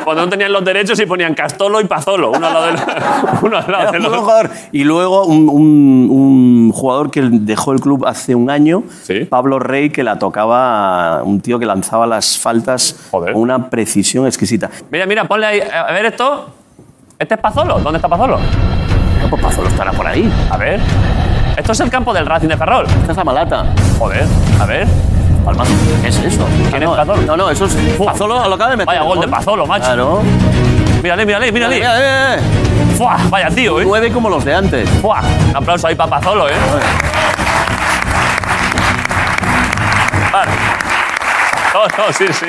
Cuando no tenían los derechos y ponían Castolo y Pazolo, uno al lado del, uno al lado
Era
del
muy buen
otro.
jugador. Y luego un, un- un jugador que dejó el club hace un año,
Sí.
Pablo Rey, que la tocaba, un tío que lanzaba las faltas
Joder.
con una precisión exquisita.
Mira, mira, ponle ahí. A ver esto. Este es Pazolo. ¿Dónde está Pazolo?
No, pues Pazolo estará por ahí.
A ver. Esto es el campo del Racing de Ferrol.
Esta es la malata.
Joder, a ver.
Palmazo. ¿Qué es eso? Ah,
¿Quién
no,
es Pazolo?
No, no, eso es. Pazolo lo acaba de meter.
Vaya gol de Pazolo, macho.
Claro.
Mírale, mírale, mírale.
Mira, eh, eh, eh.
¡Fua! Vaya tío, ¿eh?
Nueve como los de antes.
¡Fua! Un aplauso ahí para Pazolo, ¿eh? Vale. No, no, sí, sí.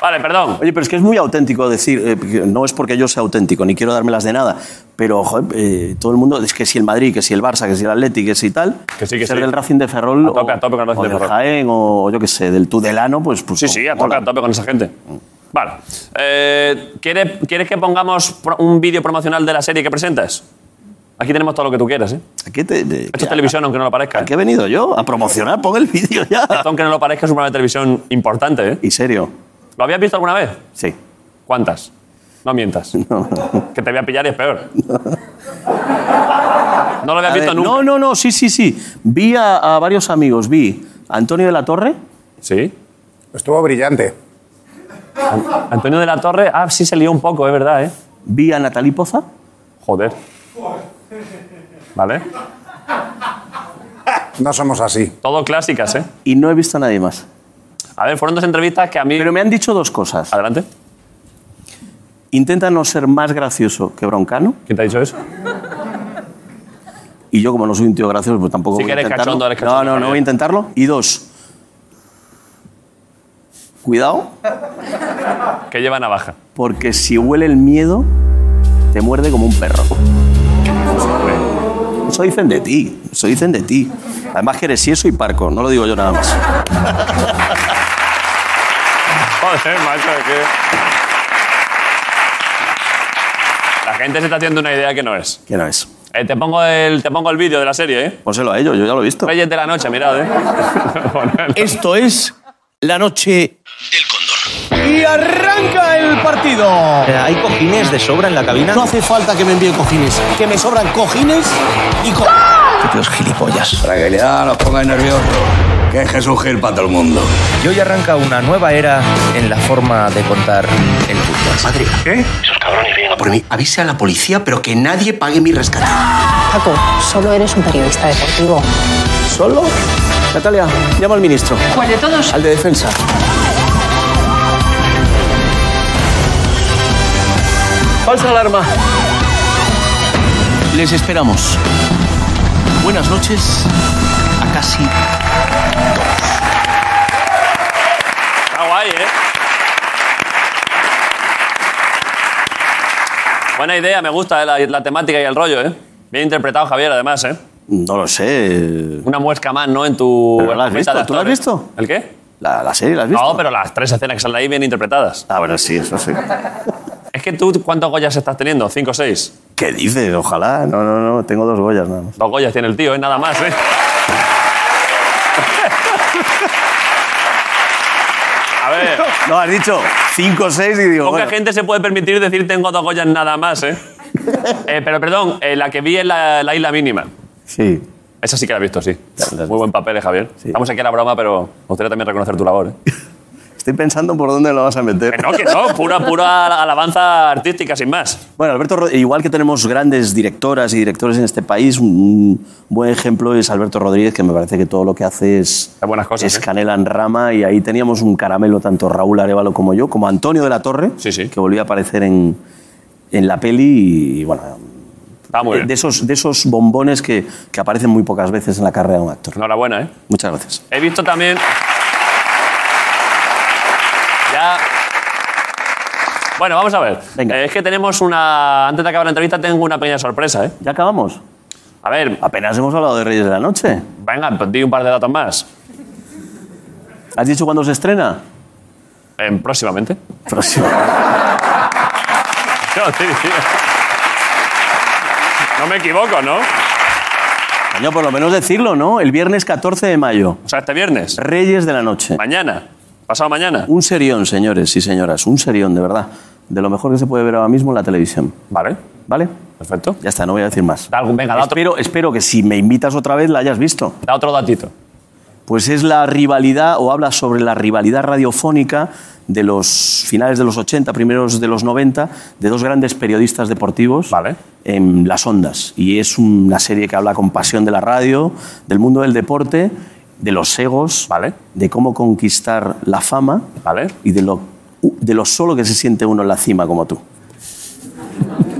Vale, perdón.
Oye, pero es que es muy auténtico decir, eh, porque no es porque yo sea auténtico, ni quiero dármelas de nada, pero joder, eh, todo el mundo, es que si el Madrid, que si el Barça, que si el Atleti, que si tal,
Que sí, que
ser
sí.
del Racing de Ferrol,
A tope,
o,
a tope con el Racing
o
de
del
Ferrol.
Jaén, o yo qué sé, del Tudelano, pues... pues
Sí, sí, a tope,
mola.
a tope con esa gente. Vale. Eh, ¿quieres, quieres que pongamos pro- un vídeo promocional de la serie que presentas? Aquí tenemos todo lo que tú quieras, ¿eh?
¿A qué te- de-
Esto es
a-
televisión, aunque no lo
¿A,
parezca. ¿eh?
qué he venido yo? A promocionar, pon el vídeo ya.
Esto, aunque no lo parezca, es un programa de televisión importante, ¿eh?
¿Y serio?
¿Lo habías visto alguna vez?
Sí.
¿Cuántas? No mientas.
No, no.
Que te voy a pillar y es peor. No lo habías
A
visto
ver,
nunca.
no, no, no, sí, sí, sí. Vi a, a varios amigos, vi a Antonio de la Torre,
¿Sí?
Estuvo brillante.
Antonio de la Torre, ah, sí se lió un poco, es verdad, ¿eh?
vi a Natalí Poza,
Joder. ¿Vale?
No somos así.
Todo clásicas, ¿eh?
y no he visto a nadie más.
A ver, fueron dos entrevistas que a mí...
Pero me han dicho dos cosas.
Adelante.
Intenta no ser más gracioso que Broncano.
¿Quién te ha dicho eso?
Y yo, como no soy un tío gracioso, pues tampoco
Sí
voy
que
a
eres
intentarlo.
cachondo, eres
no,
cachondo,
no, no
Javier.
voy a intentarlo. Y dos. Cuidado,
Que lleva navaja.
porque si huele el miedo, te muerde como un perro. Eso dicen de ti, eso dicen de ti. Además que eres sieso y parco, no lo digo yo nada más.
Joder, macho, que... La gente se está haciendo una idea que no es.
¿Qué no es?
Eh, te pongo el, te pongo el vídeo de la serie, ¿eh?
Pónselo a ellos, yo ya lo he visto.
Reyes de la noche, mirad, ¿eh? Ponedlo.
Esto es la noche
Del Cóndor.
y arranca el partido. Eh, Hay cojines de sobra en la cabina. No hace falta que me envíen cojines, que me sobran cojines y co ¡Qué tíos gilipollas!
Tranquilidad, no os pongáis nerviosos. Que es Jesús Gil para todo el mundo.
Y hoy arranca una nueva era en la forma de contar el fútbol. Madre, ¿qué? Esos cabrones vienen a por mí. Avise a la policía, pero que nadie pague mi rescate.
Paco, solo eres un periodista deportivo.
¿Solo? Natalia, llama al ministro.
¿Cuál de todos?
Al de defensa. Falsa alarma. Les esperamos. Buenas noches a casi
Está guay, ¿eh? Buena idea, me gusta eh, la, la temática y el rollo, ¿eh? Bien interpretado, Javier, además, ¿eh?
No lo sé.
Una muesca más, ¿no? En tu.
¿Pero la has
cuenta
visto?
de
¿Tú la has
actores.
visto?
¿El qué?
La, la serie, ¿la has visto?
No, pero las tres escenas que salen ahí bien interpretadas.
Ah, bueno, sí, eso sí.
Es que tú, ¿cuántos Goyas estás teniendo? ¿Cinco o seis?
¿Qué dices? Ojalá. No, no, no. Tengo dos Goyas nada más.
Dos Goyas tiene el tío, ¿eh? Nada más, ¿eh? A ver.
No, has dicho cinco o seis y digo.
Poca
Bueno,
gente se puede permitir decir tengo dos Goyas nada más, ¿eh? Eh, pero perdón, eh, la que vi es la, la isla mínima.
sí.
Esa sí que la he visto, sí. Muy buen papel, eh, Javier. Estamos aquí a la broma, pero me gustaría también reconocer tu labor. ¿eh?
Estoy pensando por dónde lo vas a meter.
Que no, que no, pura, pura alabanza artística, sin más.
Bueno, Alberto, Rod- igual que tenemos grandes directoras y directores en este país, un buen ejemplo es Alberto Rodríguez, que me parece que todo lo que hace es,
buenas cosas,
es
¿eh?
canela en rama y ahí teníamos un caramelo tanto Raúl Arevalo como yo, como Antonio de la Torre, que volvió a aparecer en, en la peli y, y, bueno,
Está Ah, muy
de-
bien.
de esos, de esos bombones que, que aparecen muy pocas veces en la carrera de un actor.
Enhorabuena, ¿eh?
Muchas gracias.
He visto también. Ya. Bueno, vamos a ver. Eh, es que tenemos una. Antes de acabar la entrevista, tengo una pequeña sorpresa, ¿eh?
¿Ya acabamos?
A ver,
Apenas hemos hablado de Reyes de la Noche.
venga, pues di un par de datos más.
¿Has dicho cuándo se estrena?
Eh, próximamente.
Próximo.
No, sí, sí. No me equivoco, ¿no?
Coño, por lo menos decirlo, ¿no? El viernes 14 de mayo.
O sea, este viernes.
Reyes de la Noche.
Mañana. Pasado mañana.
Un serión, señores y señoras, un serión, de verdad. De lo mejor que se puede ver ahora mismo en la televisión.
Vale,
¿Vale?
perfecto.
Ya está, no voy a decir más.
Da algún, venga, da otro,
Espero, espero que si me invitas otra vez la hayas visto.
da otro datito.
Pues es la rivalidad, o habla sobre la rivalidad radiofónica de los finales de los 80, primeros de los 90, de dos grandes periodistas deportivos
Vale.
en las ondas. Y es una serie que habla con pasión de la radio, del mundo del deporte, de los egos,
Vale.
de cómo conquistar la fama
Vale.
y de lo, de lo solo que se siente uno en la cima como tú.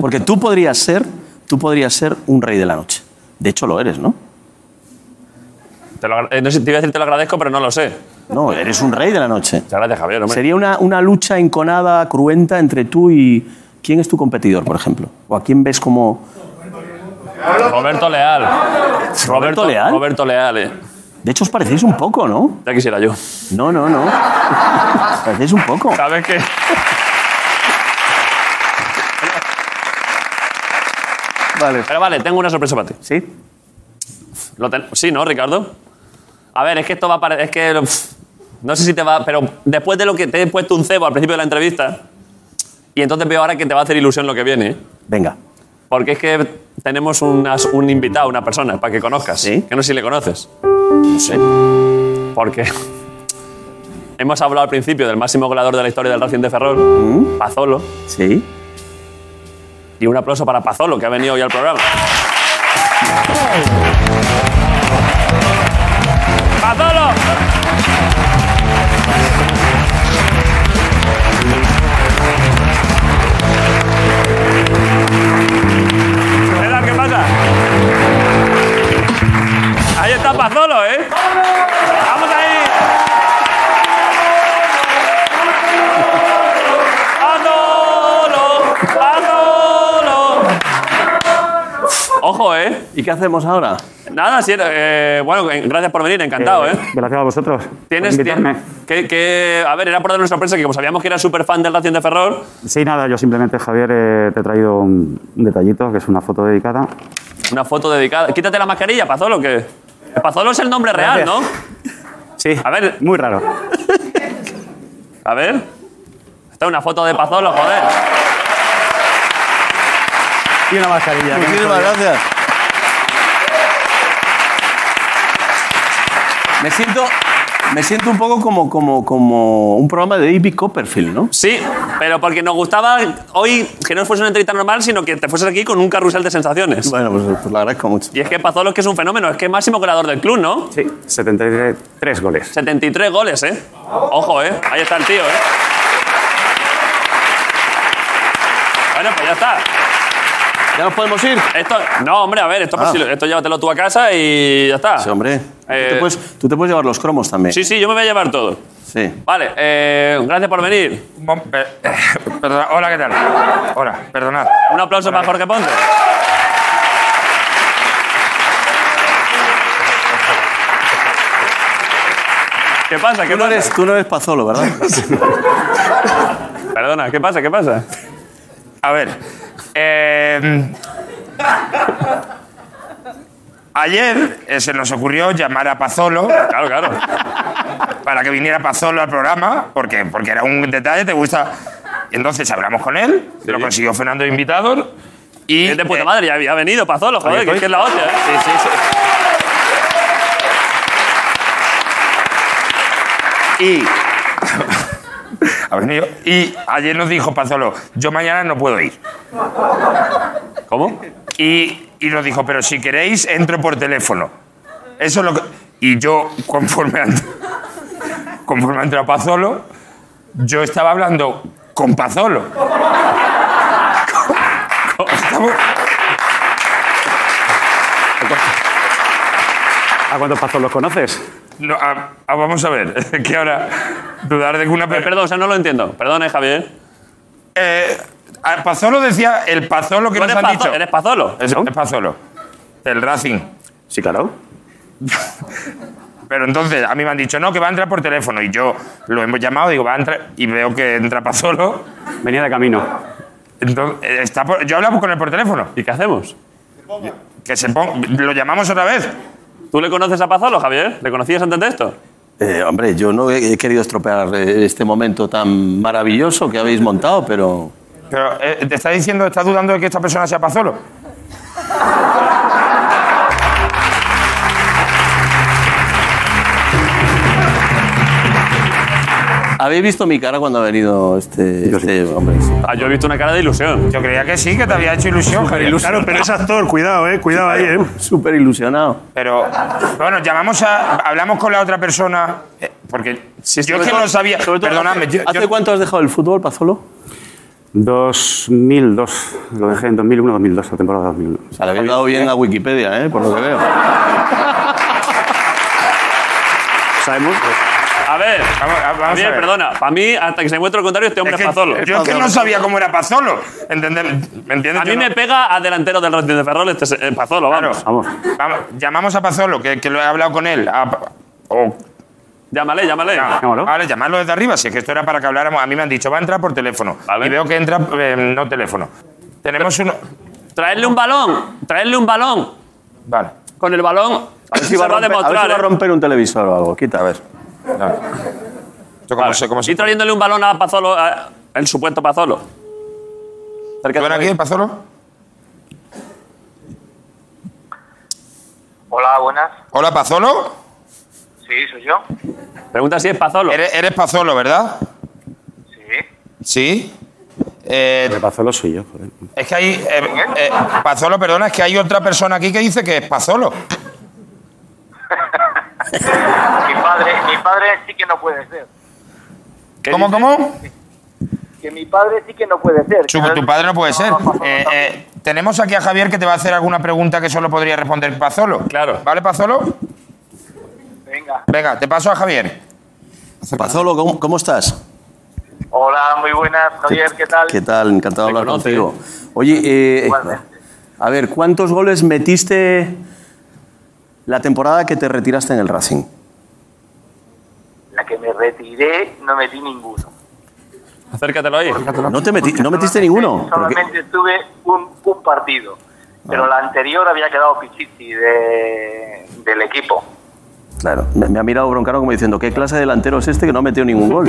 Porque tú podrías ser, tú podrías ser un rey de la noche. De hecho lo eres, ¿no?
Te, lo, agra- eh, no sé, te iba a decir te lo agradezco, pero no lo sé.
No, eres un rey de la noche.
Muchas gracias, Javier. Hombre.
Sería una, una lucha enconada, cruenta entre tú y... ¿Quién es tu competidor, por ejemplo? ¿O a quién ves como...
Roberto Leal. Roberto,
Leal?
Roberto Leal, eh.
De hecho, os parecéis un poco, ¿no?
Ya quisiera yo.
No, no, no. Os parecéis un poco.
¿Sabes qué?
Vale.
Pero vale, tengo una sorpresa para ti.
¿Sí?
Lo ten- Sí, ¿no, Ricardo? A ver, es que esto va a parecer... Es que... pff, no sé si te va... Pero después de lo que te he puesto un cebo al principio de la entrevista, y entonces veo ahora que te va a hacer ilusión lo que viene, ¿eh?
Venga.
Porque es que tenemos unas- un invitado, una persona, para que conozcas.
¿Sí?
Que no sé si le conoces.
No sé.
Porque hemos hablado al principio del máximo goleador de la historia del Racing de Ferrol, Pazolo.
¿Sí?
Y un aplauso para Pazolo, que ha venido hoy al programa. ¡Pazolo! Espera, ¿qué pasa? Ahí está Pazolo, ¿eh? ¡Vamos ahí! ¡Pazolo! ¡Pazolo! Ojo, ¿eh?
¿Y qué hacemos ahora?
Nada, sí, eh, bueno, eh, gracias por venir, encantado, ¿eh?
Gracias a vosotros.
Tienes,
por invitarme.
tien- que, que- a ver, era por dar una sorpresa que como sabíamos que era súper fan del Racing de Ferrol,
Sí, nada, yo simplemente, Javier, eh, te he traído un un detallito, que es una foto dedicada.
una foto dedicada. Quítate la mascarilla, Pazolo, que Pazolo es el nombre real, ¿no?
Sí,
A ver,
muy raro.
a ver. Esta es una foto de Pazolo, joder.
Y una mascarilla.
Muchísimas gracias. Me siento, me siento un poco como, como, como un programa de David Copperfield, ¿no?
Sí, pero porque nos gustaba hoy que no fuese una entrevista normal, sino que te fueses aquí con un carrusel de sensaciones.
Bueno, pues, pues lo agradezco mucho.
Y es que Pazolo es que es un fenómeno, es que es máximo goleador del club, ¿no?
Sí, 73 goles.
73 goles, ¿eh? Ojo, ¿eh? Ahí está el tío, ¿eh? Bueno, pues ya está.
¿Ya nos podemos ir?
Esto, no, hombre, a ver, esto, por
Ah.
si lo- esto llévatelo tú a casa y ya está.
Sí, hombre. Tú,
Eh,
te puedes, tú te puedes llevar los cromos también.
Sí, sí, yo me voy a llevar todo.
Sí.
Vale, eh, gracias por venir.
Mom- per- perdona- hola, ¿qué tal? Hola, perdonad.
Un aplauso para Jorge Ponte. ¿Qué pasa? ¿Qué
Tú no,
pasa?
eres, tú no eres pazolo, ¿verdad?
Perdona, ¿qué pasa? ¿Qué pasa?
A ver. eh, ayer eh, se nos ocurrió llamar a Pazolo. Claro, claro. Para que viniera Pazolo al programa, porque, porque era un detalle, te gusta. Entonces hablamos con él, lo consiguió Fernando Invitador. Y, eh,
Es de puta madre, ya ha venido Pazolo, joder,
Ahí
que
estoy.
es que es la hostia. ¿eh? Sí, sí, sí.
Y. Ha venido. Y ayer nos dijo Pazolo, yo mañana no puedo ir. ¿Cómo? Y, y nos dijo, pero si queréis, entro por teléfono. Eso es lo que. Y yo, conforme ha, conforme ha entrado Pazolo, yo estaba hablando con Pazolo. Estamos-
¿A cuántos pasos los conoces?
No, ah, ah, vamos a ver, que ahora dudar de que una... perdón,
o sea, no lo entiendo. Perdón, Javier.
Eh, a Pazolo decía, el Pazolo que
Tú
nos
eres
han
Pazo-
dicho.
eres Pazolo.
Es, es Pazolo. El Racing.
Sí, claro.
Pero entonces a mí me han dicho, no, que va a entrar por teléfono. Y yo lo hemos llamado, digo, va a entrar. Y veo que entra Pazolo.
Venía de camino.
Entonces, eh, está por- yo hablaba con él por teléfono.
¿Y qué hacemos?
Que se ponga. Lo llamamos otra vez.
¿Tú le conoces a Pazolo, Javier? ¿Le conocías antes de esto?
Eh, hombre, yo no he, he querido estropear eh, este momento tan maravilloso que habéis montado, pero.
Pero eh, te está diciendo, estás dudando de que esta persona sea Pazolo.
¿Habéis visto mi cara cuando ha venido este, este hombre?
Ah, yo he visto una cara de ilusión.
Yo creía que sí, que te había hecho ilusión, Javier.
Claro, pero es actor, cuidado, eh, cuidado ahí, eh.
Súper ilusionado.
Pero, bueno, llamamos a. Hablamos con la otra persona. eh, porque yo es que no lo sabía. Perdonadme. yo-
¿Hace
yo-
cuánto has dejado el fútbol, Pazolo?
2002. Lo dejé en 2001-2002, la temporada 2001.
O sea, le habéis dado bien a Wikipedia, ¿eh? por lo que veo.
Sabemos.
A ver,
Vamos- vamos a
Javier,
ver.
perdona. Para mí, hasta que se encuentre lo contrario, este hombre es,
que-
Pazolo.
Yo es que no sabía cómo era Pazolo. ¿entendés? ¿Me entiendes?
A mí me pega a delantero del Racing de Ferrol, este es eh, Pazolo, vamos.
Vamos.
Vamos, llamamos a Pazolo, que, que lo he hablado con él. a- o-
Llámale, llámale.
Ahora Vale, llamarlo desde arriba. Si es que esto era para que habláramos. A mí me han dicho, va a entrar por teléfono. Y veo que entra, eh, no teléfono. Tenemos uno.
Traerle un balón, traerle un balón.
Vale.
Con el balón, a ver si
va romper-
va a
a ver
demostrar.
si va a
¿eh?
romper un televisor o algo. Quita, a ver.
Yo cómo sé, cómo sé.
Y trayéndole un balón a Pazolo, a- el supuesto Pazolo.
¿Suena aquí el Pazolo?
Hola, buenas.
Hola, Pazolo.
Sí, soy yo.
Pregunta si es Pazolo.
Eres, eres Pazolo, ¿verdad? Sí. Sí. Eh,
El Pazolo soy yo, joder.
es que hay. eh, eh, Pazolo, perdona, es que hay otra persona aquí que dice que es Pazolo.
Mi padre, mi padre sí que no puede ser.
¿Cómo, cómo?
Que mi padre sí que no puede ser.
Chupo, tu padre no puede ser. Eh, eh, tenemos aquí a Javier que te va a hacer alguna pregunta que solo podría responder Pazolo. Claro. ¿Vale, Pazolo?
Venga.
Venga, te paso a Javier.
Pazolo, ¿cómo, cómo estás?
Hola, muy buenas, Javier, ¿qué tal?
¿Qué tal? Encantado de hablar contigo. Oye, eh, a ver, ¿cuántos goles metiste la temporada que te retiraste en el Racing?
La que me retiré, no metí ninguno.
Acércatelo ahí.
No, te meti- no metiste ninguno. ¿Pero qué?
Solamente tuve un, un partido. Pero la anterior había quedado Pichichi de, del equipo.
Claro, me, me ha mirado Broncano como diciendo, ¿qué clase de delantero es este que no ha metido ningún gol?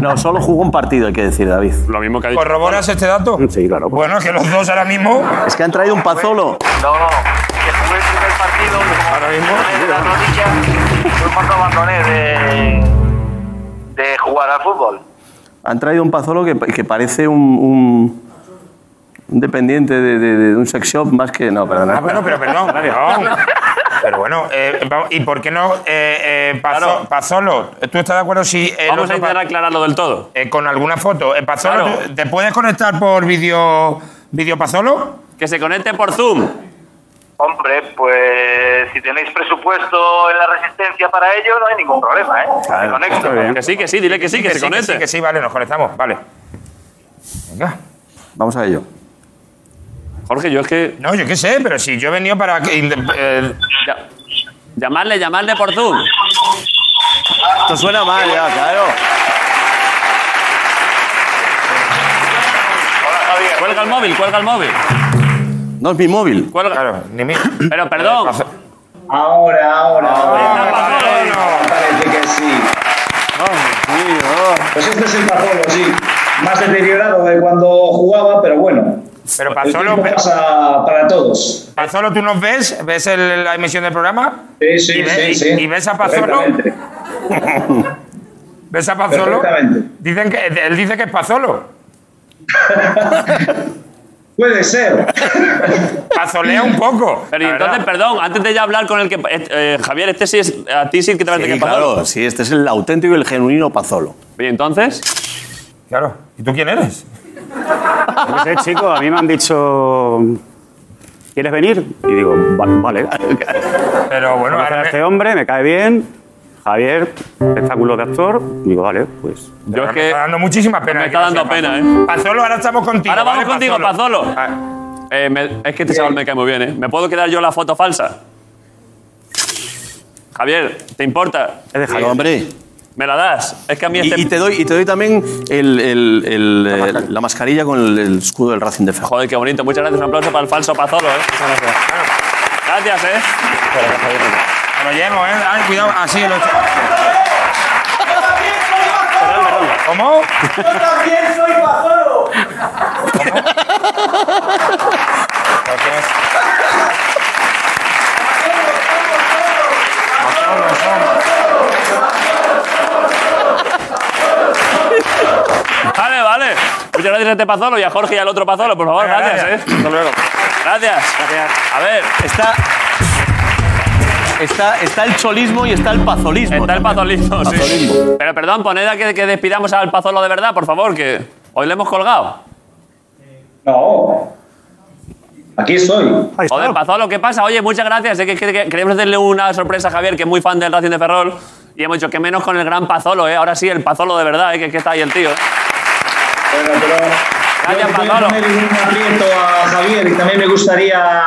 No, solo jugó un partido, hay que decir, David. Mm,
Lo mismo que ha
¿Corroboras este dato?
Sí, claro.
Bueno, es que los dos ahora mismo.
Es que han traído un Pazolo.
No, que jugué el primer partido. Ahora mismo. La rodilla. Fue cuando abandoné de, de jugar al fútbol.
Han traído un Pazolo que, que parece un, un- un dependiente de, de- de un sex shop más que... No, perdona.
Ah, bueno, pero perdón. perdón. Pero bueno, eh, vamos- ¿y por qué no eh, eh, Pazo- Pazolo? ¿Tú estás de acuerdo si. eh,
Vamos
otro
a intentar
pa-
aclararlo del todo.
eh, con alguna foto. Eh, Pazolo,
Claro.
¿tú- ¿te puedes conectar por vídeo vídeo Pazolo?
Que se conecte por Zoom.
Hombre, pues si tenéis presupuesto en la resistencia para ello, no hay ningún problema, ¿eh? Me conecto.
Que sí, que sí, dile que sí, que, se conecte.
sí, que sí, vale, nos conectamos, vale. Venga.
Vamos a ello.
Jorge, yo es que.
No, yo qué sé, pero si yo he venido para. que- eh,
Ya- Llamarle, llamarle por Zoom.
Esto suena mal, ya, claro.
Cuelga el móvil, cuelga el móvil.
No es mi móvil.
Cuelga. Claro, ni mío. Pero perdón.
Ahora, ahora. Parece que sí. Pues este es el Pazolo, sí. Más deteriorado de cuando jugaba, pero bueno.
Pero
El
Pazolo,
tiempo pasa para todos.
Pazolo, ¿tú nos ves? ¿Ves el- la emisión del programa?
Sí, sí,
¿Y ves,
sí,
y-
sí.
¿Y ves a Pazolo?
Perfectamente.
¿Ves a Pazolo? Dicen que, él dice que es Pazolo.
Puede ser.
Pazolea un poco.
Pero y
La
entonces,
verdad.
perdón, antes de ya hablar con el que. eh, eh, Javier, este sí es. A ti sí que te parece que
Sí,
es Pazolo.
claro, sí, este es el auténtico y el genuino Pazolo.
¿Y entonces?
Claro. ¿Y tú quién eres?
No sé, chicos, Pues, eh, a mí me han dicho. ¿Quieres venir? Y digo, "Va- vale.
Pero bueno,
Conocer a este hombre, me cae bien. Javier, espectáculo de actor. Digo, vale, pues.
Yo es que. Me está
dando muchísima pena.
Me está dando pena, ¿eh?
Pazolo, ahora estamos contigo.
Ahora vamos
¿vale,
contigo, Pazolo. Eh, me- es que este chaval me cae muy bien, ¿eh? ¿Me puedo quedar yo la foto falsa? Javier, ¿te importa?
He dejado, hombre.
¿Me la das? Es que a mí
Y,
este.
y te doy, y te doy también el- el- el, eh, la mascarilla con el, el escudo del Racing de Ferro.
Joder, qué bonito. Muchas gracias. Un aplauso para el falso Pazolo, ¿eh? Gracias, ¿eh?
Te lo llevo, ¿eh? Ay, cuidado, así lo he hecho. ¿Cómo?
Yo también soy Pazolo.
Vale, vale. Muchas gracias a este Pazolo y a Jorge y al otro Pazolo, por favor. Gracias, ¿eh? Hasta luego. Gracias. A ver.
Está. Está, está el cholismo y está el pazolismo.
Está el pazolismo, sí. Pero perdón, poned a que, que despidamos al Pazolo de verdad, por favor, que hoy le hemos colgado.
No. Aquí estoy.
Joder, Pazolo, ¿qué pasa? Oye, muchas gracias. Es que, que- que queríamos hacerle una sorpresa a Javier, que es muy fan del Racing de Ferrol. Y hemos dicho que menos con el gran Pazolo, ¿eh? Ahora sí, el Pazolo de verdad, ¿eh? que, que está ahí el tío.
Bueno, pero
Gracias,
yo
Pazolo.
quiero poner en un aprieto a Javier y también me gustaría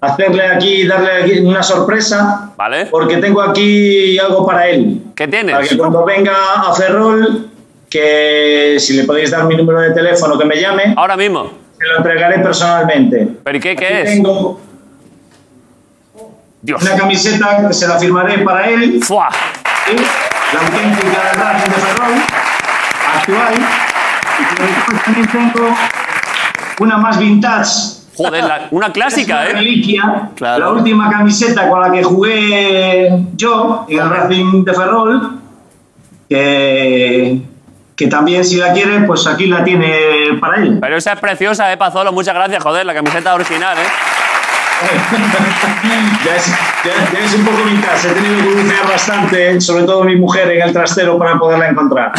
hacerle aquí, darle aquí una sorpresa.
¿Vale?
Porque tengo aquí algo para él.
¿Qué
Para
tienes?
que cuando venga a Ferrol, que si le podéis dar mi número de teléfono, que me llame.
Ahora mismo.
Se lo entregaré personalmente.
¿Pero y qué, qué
Aquí
es?
Tengo
Dios.
una camiseta que se la firmaré para él.
¡Fua!
La auténtica del Racing de Ferrol, actual. Y después también tengo una más vintage.
Joder, la- una clásica,
Es una
¿eh?
reliquia.
Claro.
La última camiseta con la que jugué yo en el Racing de Ferrol. Que, que también, si la quiere, pues aquí la tiene para él.
Pero esa es preciosa, ¿eh, Pazolo? Muchas gracias, joder, la camiseta original, ¿eh?
ya, es, ya- ya es un poco vintage. He tenido que bucear bastante, sobre todo mi mujer, en el trastero para poderla encontrar.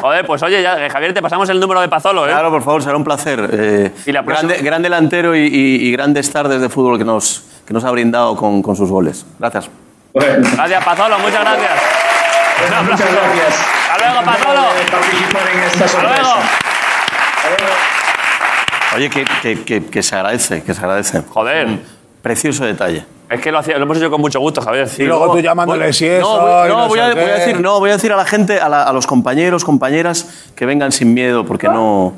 Joder, pues oye, ya, eh, Javier, te pasamos el número de Pazolo, ¿eh?
Claro, por favor, será un placer. Eh,
próxima-
grande, gran delantero y, y- y grandes tardes de fútbol que nos, que nos ha brindado con, con sus goles. Gracias.
Gracias, Pazolo, muchas gracias.
Muchas gracias.
Hasta luego, Pazolo. Hasta luego.
Oye, que, que- que- que se agradece, que se agradece.
Joder.
precioso detalle.
Es que lo, hacía- lo hemos hecho con mucho gusto, Javier.
Y luego tú llamándole
si
No, voy, no, voy a, voy a decir, no, voy a decir a la gente, a, la- a los compañeros, compañeras, que vengan sin miedo porque no,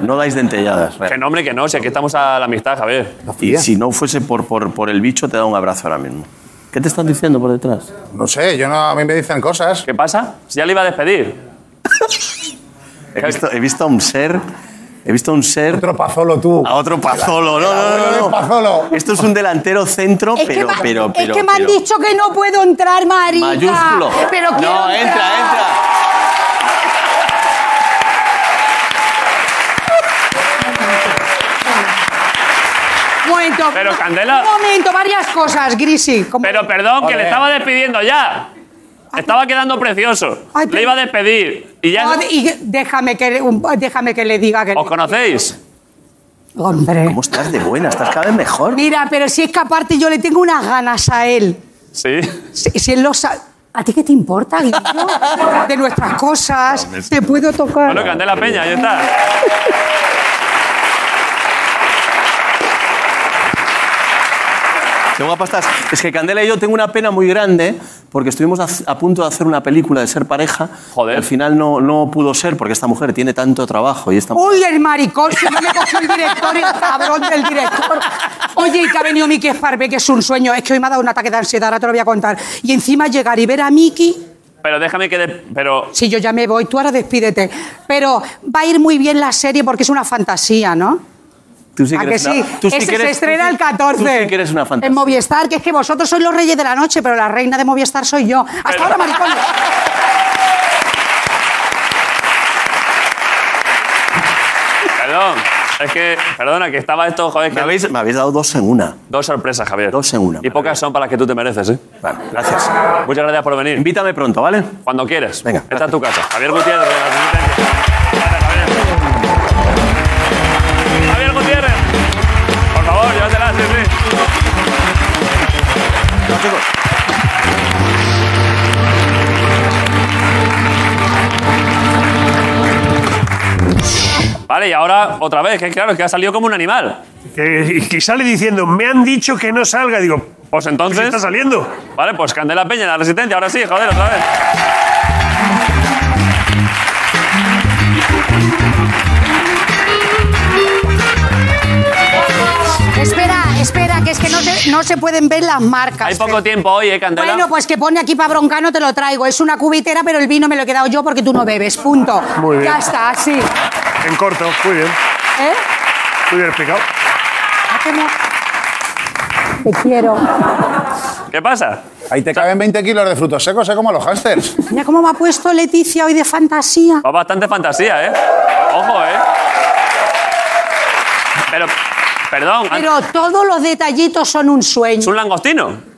no dais dentelladas.
Que no, hombre, que no, si aquí estamos a la amistad, Javier.
Y si no fuese por, por, por el bicho, te da un abrazo ahora mismo. ¿Qué te están diciendo por detrás?
No sé, yo no, a mí me dicen cosas.
¿Qué pasa? Ya le iba a despedir.
He visto, he visto a un ser. He visto a un ser. Otro
pazolo tú.
A otro pazolo, no, no, no. no. Esto es un delantero centro,
Es que
pero,
me-
pero, pero.
es que me han
pero-
dicho que no puedo entrar, marica.
Mayúsculo.
Pero quiero
No, entra,
entrar.
entra.
Un momento.
Pero, Candela-
Un momento, varias cosas, Grisi. como-
Pero perdón, que
Joder.
le estaba despidiendo ya. Estaba quedando precioso.
Ay,
Le
pero-
iba a despedir. Y ya.
No, y déjame que, un- déjame que le diga que...
¿Os conocéis?
Hombre.
¿Cómo estás de buena? Estás cada vez mejor.
Mira, pero si es que aparte yo le tengo unas ganas a él.
Sí.
Si, si él lo sabe... ¿A ti qué te importa, Guillo? De nuestras cosas. Te puedo tocar.
Bueno, Candela Peña, ahí está.
Qué guapa estás. Es que Candela y yo tengo una pena muy grande porque estuvimos a, a punto de hacer una película de ser pareja. Joder. Al final no, no pudo ser porque esta mujer tiene tanto trabajo y esta
Uy, el maricón, si no me cogió el director, el cabrón del director. Oye, y que ha venido Miki Esparbe, que es un sueño. Es que hoy me ha dado un ataque de ansiedad, ahora te lo voy a contar. Y encima llegar y ver a Miki,
Pero déjame que... de- pero...
si yo ya me voy, tú ahora despídete. Pero va a ir muy bien la serie porque es una fantasía, ¿no?
Tú sí
¿A
que eres
que sí?
una- tú sí
Ese
que eres-
se estrena
tú sí-
el 14.
Tú sí que eres una
En
fantasía.
Movistar, que es que vosotros sois los reyes de la noche, pero la reina de Movistar soy yo. Hasta ahora, maricón.
Perdón. Es que... Perdona, que estaba esto... Joder, que...
Me habéis dado dos en una.
Dos sorpresas, Javier.
Dos en una.
Y pocas son para las que tú te mereces, ¿eh?
Vale, gracias.
Muchas gracias por venir.
Invítame pronto, ¿vale?
Cuando quieras.
Venga.
Esta es tu casa. Javier Gutiérrez, de la Resistencia. Vale, Javier. Javier Gutiérrez. Por favor, llévatela, sí, sí. Vale, y ahora otra vez, que claro, que ha salido como un animal.
Que, que sale diciendo, me han dicho que no salga. Digo,
pues entonces...
está saliendo.
Vale, pues Candela Peña, la Resistencia, ahora sí, joder, otra vez.
Espera, espera, que es que no se, no se pueden ver las marcas.
Hay poco tiempo hoy, ¿eh, Candela?
Bueno, pues que pone aquí para broncano, te lo traigo. Es una cubitera, pero el vino me lo he quedado yo porque tú no bebes. Punto.
Muy bien.
Ya está, así.
En corto, muy bien.
¿Eh?
Muy bien explicado.
Ah, que no. Te quiero.
¿Qué pasa?
Ahí te caben 20 kilos de frutos secos, ¿eh? Como a los hámsters.
Mira cómo me ha puesto Leticia hoy de fantasía.
Va bastante fantasía, ¿eh? Ojo, ¿eh? Pero, perdón, an-
Pero todos los detallitos son un
es
sueño.
un langostino.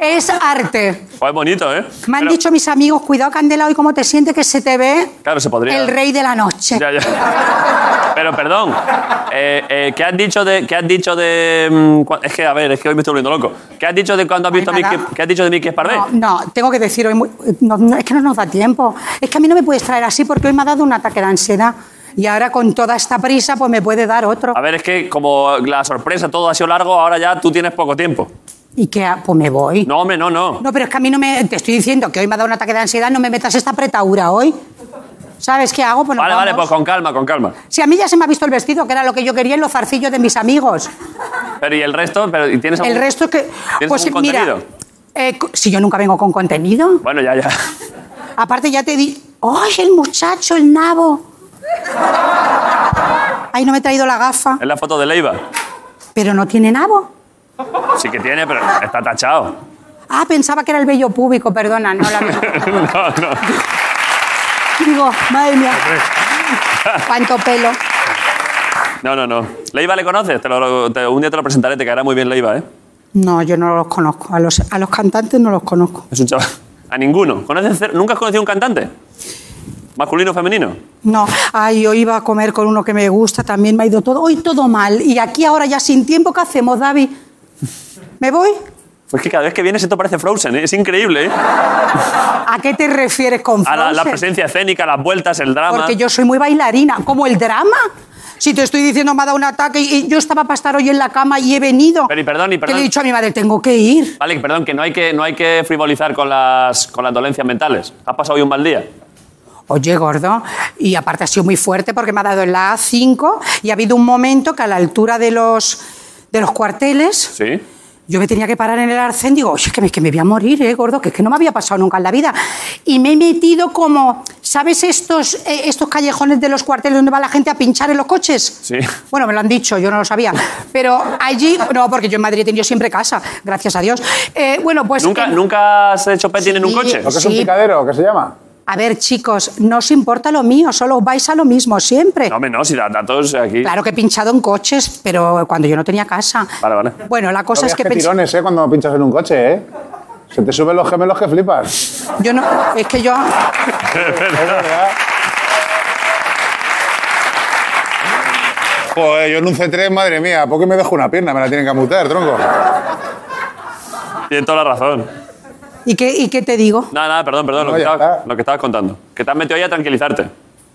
Es arte.
Joder, bonito, ¿eh?
Me han
Pero-
dicho mis amigos, cuidado Candela, hoy cómo te sientes que se te ve
Claro, se podría...
el rey de la noche.
Ya, ya. Pero perdón, eh, eh, ¿qué has dicho de... Qué has dicho de mm, cua- es que, a ver, es que hoy me estoy volviendo loco. ¿Qué has dicho de cuando has visto a
nada.
Mickey, ¿Qué has dicho de Mickey Sparvé?
No, no, tengo que decir hoy, muy- no, no, es que no nos da tiempo. Es que a mí no me puedes traer así porque hoy me ha dado un ataque de ansiedad. Y ahora con toda esta prisa, pues me puede dar otro.
A ver, es que como la sorpresa, todo ha sido largo, ahora ya tú tienes poco tiempo.
Y que, ah, pues me voy.
No, hombre, no, no.
No, pero es que a mí no me. Te estoy diciendo que hoy me ha dado un ataque de ansiedad, no me metas esta pretaura hoy. ¿Sabes qué hago? Pues nos
Vale, vale,
vamos.
pues con calma, con calma.
Si a mí ya se me ha visto el vestido, que era lo que yo quería en los zarcillos de mis amigos.
Pero ¿y el resto? Pero, ¿y ¿tienes algún-
El resto es que.
¿Tienes
Pues
algún
mira.
contenido?
eh, cu- si yo nunca vengo con contenido.
Bueno, ya, ya.
Aparte ya te di... ¡Ay, el muchacho, el nabo! Ay, no me he traído la gafa.
Es la foto de Leiva.
Pero no tiene nabo.
Sí que tiene, pero está tachado.
Ah, pensaba que era el bello público, perdona. No, la...
no, no.
Digo, madre mía. Cuánto pelo.
No, no, no. Leiva le conoces, te lo- te- un día te lo presentaré, te caerá muy bien Leiva, ¿eh?
No, yo no los conozco. A los, a los cantantes no los conozco.
Es un chaval. A ninguno. ¿Conoces cer- ¿Nunca has conocido un cantante? ¿Masculino o femenino?
No. Ay, yo iba a comer con uno que me gusta, también me ha ido todo. Hoy todo mal. Y aquí ahora ya sin tiempo, ¿qué hacemos, David? ¿Me voy?
Pues que cada vez que vienes esto parece Frozen, ¿eh? es increíble. ¿eh?
¿A qué te refieres con
A la, la
Frozen?
presencia escénica, las vueltas, el drama.
Porque yo soy muy bailarina, como el drama. Si te estoy diciendo me ha dado un ataque y y yo estaba para estar hoy en la cama y he venido.
Pero y perdón, y
Que
perdón.
le he dicho a mi madre, tengo que ir.
Vale, perdón, que no hay que, no hay que frivolizar con las, con las dolencias mentales. Has pasado hoy un mal día.
Oye, gordo. Y aparte ha sido muy fuerte porque me ha dado en la A5 y ha habido un momento que a la altura de los, de los cuarteles
Sí.
yo me tenía que parar en el arcén. Digo, oye, que me, que me voy a morir, eh, gordo, que es que no me había pasado nunca en la vida. Y me he metido como, ¿sabes estos, eh, estos callejones de los cuarteles donde va la gente a pinchar en los coches?
Sí.
Bueno, me lo han dicho, yo no lo sabía. Pero allí, no, porque yo en Madrid he tenido siempre casa, gracias a Dios. Eh, bueno, pues.
¿Nunca,
eh,
¿Nunca has hecho petting en un coche?
¿No que es un
Sí.
picadero? ¿Qué se llama?
A ver, chicos, no os importa lo mío, solo vais a lo mismo siempre.
No, hombre, no, si das datos aquí.
Claro que he pinchado en coches, pero cuando yo no tenía casa.
Vale, vale.
Bueno, la cosa
No
es
veas
que.
qué
pens-
tirones, ¿eh? Cuando pinchas en un coche, ¿eh? Se te suben los gemelos que flipas.
Yo no. Es que yo.
Joder, yo en un C3, madre mía, ¿a poco me dejo una pierna? Me la tienen que amputar, tronco.
Tienes toda la razón.
¿Y qué, ¿Y qué te digo?
Nada, nada, perdón, perdón,
No,
lo, que
ya
estabas, lo que estabas contando. Que te has metido ahí a tranquilizarte.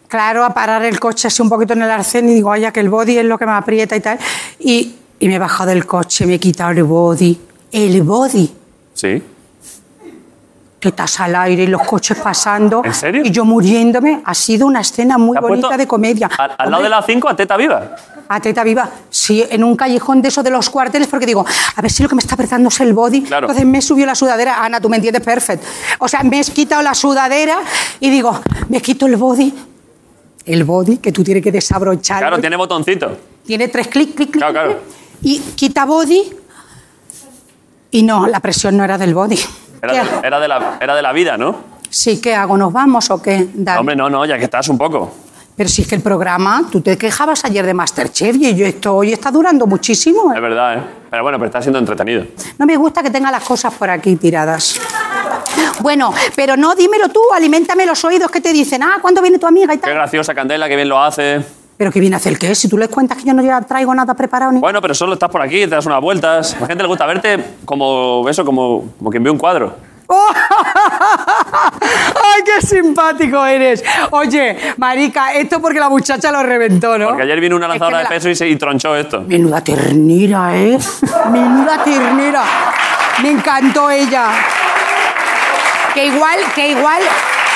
Claro, a parar el coche así un poquito en el arcén y digo, ay, que el body es lo que me aprieta y tal. Y, y me he bajado del coche, me he quitado el body. El body.
Sí.
tetas al aire y los coches pasando.
¿En serio?
Y yo muriéndome. Ha sido una escena muy
¿Te has
bonita
puesto
de comedia.
Al, al lado de la 5, a teta viva.
A teta viva, sí, en un callejón de esos de los cuarteles, porque digo, a ver si lo que me está apretando es el body.
Claro.
Entonces me subió la sudadera, Ana, tú me entiendes, perfect. O sea, me he quitado la sudadera y digo, me quito el body. El body que tú tienes que desabrochar.
Claro, tiene botoncito.
Tiene tres Pues clic, clic, clic.
Claro, claro.
Y quita body. Y no, la presión no era del body.
Era de, era de la, era de la vida, ¿no?
Sí, ¿qué hago? ¿Nos vamos o qué? David?
Hombre, no, no, ya que estás un poco.
Pero si es que el programa, tú te quejabas ayer de Masterchef y yo esto hoy está durando muchísimo.
Es verdad, ¿eh? Pero bueno, pero está siendo entretenido.
No me gusta que tenga las cosas por aquí tiradas. Bueno, pero no dímelo tú, alimentame los oídos que te dicen, ah, ¿cuándo viene tu amiga y
Qué
tal?
graciosa Candela, qué bien lo hace.
Pero que viene a hacer qué, si tú les cuentas que yo no ya traigo nada preparado ni...
Bueno, pero solo estás por aquí, te das unas vueltas. A la gente le gusta verte como eso, como, como quien ve un cuadro.
¡Ay, qué simpático eres! Oye, marica, esto porque la muchacha lo reventó, ¿no?
Porque ayer vino una
Es que
lanzadora
me la-
de peso y se y tronchó esto.
Menuda ternera, ¿eh? Menuda ternera. Me encantó ella. Que igual, que igual,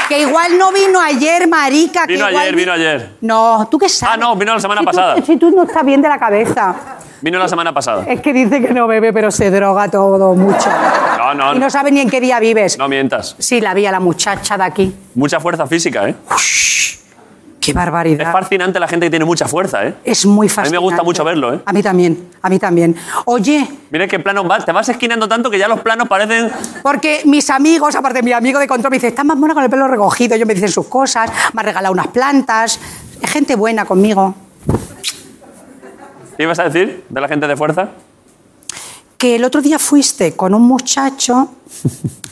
que igual no vino ayer, marica. que
Vino
igual
ayer,
vi-
vino ayer.
No, ¿tú qué sabes?
Ah, no, vino la semana
Si tú-
pasada.
si tú no estás bien de la cabeza.
Vino la semana pasada.
Es que dice que no bebe, pero se droga todo mucho.
No, no,
Y no sabe ni en qué día vives.
no mientas.
Sí, la vi a la muchacha de aquí.
Mucha fuerza física, ¿eh?
Qué barbaridad.
Es fascinante la gente que tiene mucha fuerza, ¿eh?
Es muy
A mí
fascinante.
me gusta mucho verlo, ¿eh?
A mí también, a mí también. Oye,
Mira qué planos vas. Te vas esquinando tanto que ya los planos parecen.
Porque mis amigos, aparte mi amigo de control, me dice, estás más mona con el pelo recogido, ellos me dicen sus cosas, me ha regalado unas plantas, es gente buena conmigo.
¿Qué ibas a decir de la gente de fuerza?
Que el otro día fuiste con un muchacho,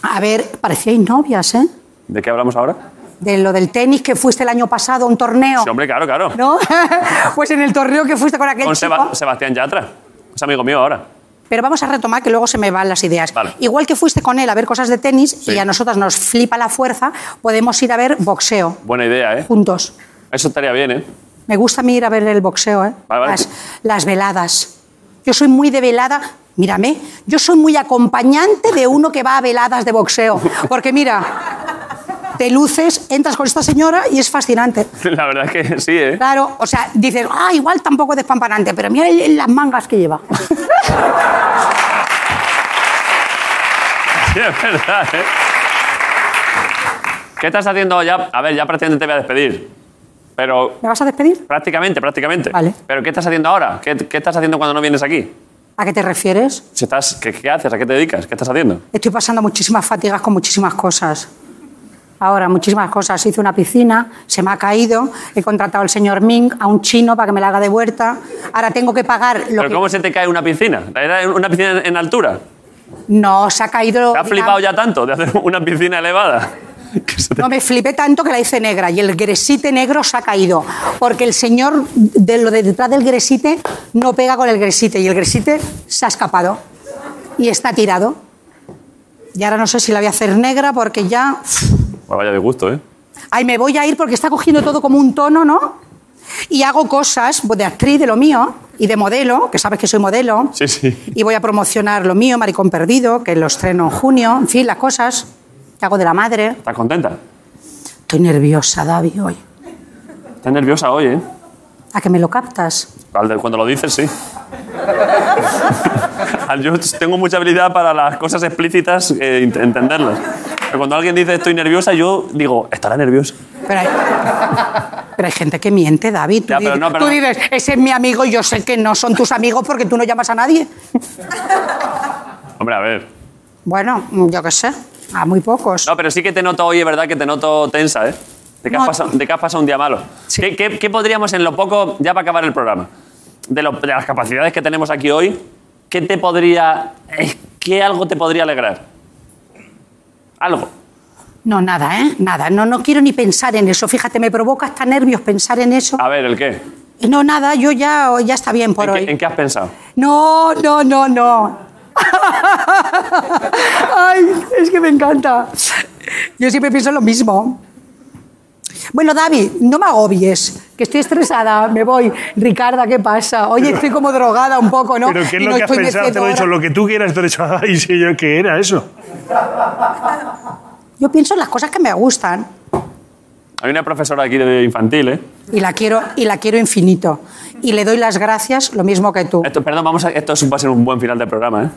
a ver, parecíais novias, ¿eh?
¿De qué hablamos ahora?
De lo del tenis que fuiste el año pasado a un torneo,
Sí, hombre, claro, claro.
¿no? pues en el torneo que fuiste con aquel
Con
chico.
Seba- Sebastián Yatra. Es amigo mío ahora.
Pero vamos a retomar que luego se me van las ideas.
Vale.
Igual que fuiste con él a ver cosas de tenis
Sí.
y a nosotras nos flipa la fuerza, podemos ir a ver boxeo
Buena idea, ¿eh?
juntos.
Eso estaría bien, ¿eh?
Me gusta a mí ir a ver el boxeo, ¿eh?
Vale, vale.
Las, las veladas. Yo soy muy de velada. Mírame, yo soy muy acompañante de uno que va a veladas de boxeo. Porque mira, te luces, entras con esta señora y es fascinante.
La verdad es que sí, ¿eh?
Claro, o sea, dices, ah, igual tampoco es despampanante, pero mira el- las mangas que lleva.
Sí, es verdad, ¿eh? ¿Qué estás haciendo ya? A ver, ya prácticamente te voy a despedir. Pero
¿Me vas a despedir?
prácticamente, prácticamente.
Vale.
¿Pero qué estás haciendo ahora? ¿Qué, qué estás haciendo cuando no vienes aquí?
¿A qué te refieres?
Si estás- ¿qué, qué haces? ¿A qué te dedicas? ¿Qué estás haciendo?
Estoy pasando muchísimas fatigas con muchísimas cosas. Ahora, muchísimas cosas. Hice una piscina, se me ha caído, he contratado al señor Ming, a un chino, para que me la haga de vuelta. Ahora tengo que pagar lo
¿Pero
que...
cómo se te cae una piscina? ¿Era una piscina en altura?
No, se ha caído...
¿Te has flipado ya tanto de hacer una piscina elevada? Que se te-
No, me flipé tanto que la hice negra y el gresite negro se ha caído. Porque el señor de lo de detrás del gresite no pega con el gresite y el gresite se ha escapado y está tirado. Y ahora no sé si la voy a hacer negra porque ya...
Bueno, vaya de gusto, ¿eh?
Ay, me voy a ir porque está cogiendo todo como un tono, ¿no? Y hago cosas pues, de actriz, de lo mío, y de modelo, que sabes que soy modelo.
Sí, sí.
Y voy a promocionar lo mío, Maricón Perdido, que lo estreno en junio. En fin, las cosas que hago de la madre.
¿Estás contenta?
Estoy nerviosa, David, hoy.
Estás nerviosa hoy, ¿eh?
¿A que me lo captas?
Al de- Cuando lo dices, sí. Al- Yo tengo mucha habilidad para las cosas explícitas eh, ent- entenderlas. Pero cuando alguien dice estoy nerviosa, yo digo, estará nerviosa.
Pero hay, pero hay gente que miente, David. Tú,
Ya, pero
dices,
no, pero
tú
no.
dices, ese es mi amigo y yo sé que no son tus amigos porque tú no llamas a nadie.
Hombre, a ver.
Bueno, yo qué sé, a muy pocos.
No, pero sí que te noto hoy, es verdad que te noto tensa, ¿eh? De que has,
Pues- No.
pasado, de que has pasado un día malo. ¿Qué, qué, qué podríamos, en lo poco, ya para acabar el programa, de, lo- de las capacidades que tenemos aquí hoy, qué te podría. eh, ¿Qué algo te podría alegrar? Algo.
No, nada, ¿eh? Nada. No, no quiero ni pensar en eso. Fíjate, me provoca hasta nervios pensar en eso.
A ver, ¿el qué?
No, nada, yo ya, ya está bien por
¿En
hoy.
qué, en qué has pensado?
No, no, no, no. Ay, es que me encanta. Yo siempre pienso lo mismo. Bueno, David, no me agobies, que estoy estresada, me voy. Ricarda, ¿qué pasa? Oye, estoy como drogada un poco, ¿no?
Pero ¿qué es
Y
lo
no
que has
estoy
pensado? Te lo he
metiendo
dicho,
ahora-
lo que tú quieras, te lo he dicho. Ay, sí, yo, ¿qué era eso?
Yo pienso en las cosas que me gustan
Hay una profesora aquí de infantil, ¿eh?
y la quiero, y la quiero infinito. Y le doy las gracias lo mismo que
Eh,
tú.
Esto, perdón, vamos a, esto es un- va a ser un buen final de programa, ¿eh?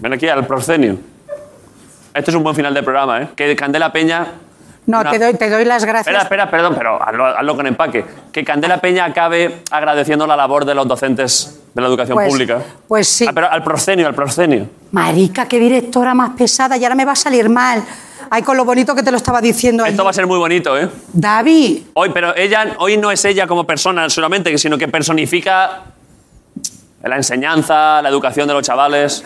Ven aquí al proscenio. Esto es un buen final de programa, ¿eh? Que Candela Peña...
No,
una-
te, doy, te doy las gracias.
Espera, espera, perdón, pero hazlo, hazlo con empaque. Que Candela Peña acabe agradeciendo la labor de los docentes de la educación
Pues-
pública.
Pues sí.
Ah, pero al proscenio, al proscenio.
Marica, qué directora más pesada y ahora me va a salir mal. Ay, con lo bonito que te lo estaba diciendo.
Esto va a ser muy bonito, ¿eh?
David,
Hoy, pero ella hoy no es ella como persona solamente, sino que personifica la enseñanza, la educación de los chavales.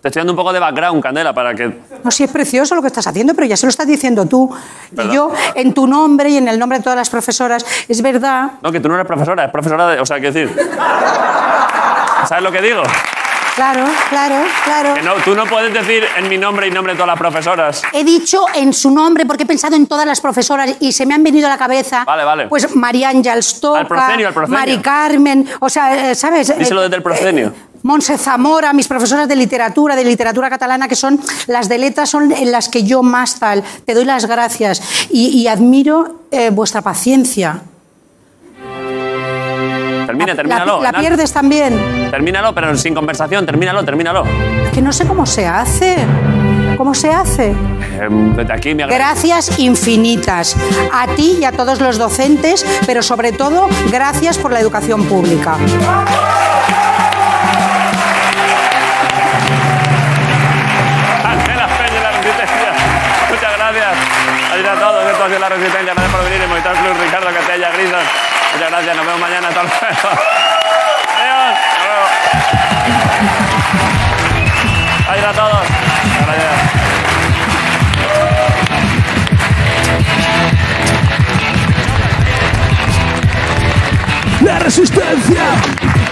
Te estoy dando un poco de background, Candela, para que...
no sé si es precioso lo que estás haciendo, pero ya se lo estás diciendo tú.
Perdón.
Y yo, en tu nombre y en el nombre de todas las profesoras, es verdad
No, que tú no eres profesora, es profesora de... O sea, quiero decir... ¿Sabes lo que digo?
Claro, claro, claro.
Que no, tú no puedes decir en mi nombre y nombre de todas las profesoras.
He dicho en su nombre porque he pensado en todas las profesoras y se me han venido a la cabeza.
Vale, vale.
Pues María Ángel
Al proscenio, al proscenio.
Mari Carmen, o sea, eh, ¿sabes? Eh,
Díselo desde el proscenio.
Monse Zamora, mis profesoras de literatura, de literatura catalana, que son las de letras, son en las que yo más tal. Te doy las gracias y, y admiro eh, vuestra paciencia.
Termina,
La,
termínalo.
la
Nat.
pierdes también.
Termínalo, pero sin conversación, termínalo, termínalo.
Que no sé cómo se hace. ¿Cómo se hace?
Eh, desde aquí me agradezco.
Gracias infinitas a ti y a todos los docentes, pero sobre todo gracias por la educación pública.
Candela Peña y la Resistencia. Muchas gracias. Gracias a todos. Esto ha sido la Resistencia. Gracias por venir. El Movistar Plus, Ricardo Castella, Grison. Muchas gracias. Nos vemos mañana. Hasta luego. Adiós. Hasta luego. Gracias a todos. Gracias.
La resistencia.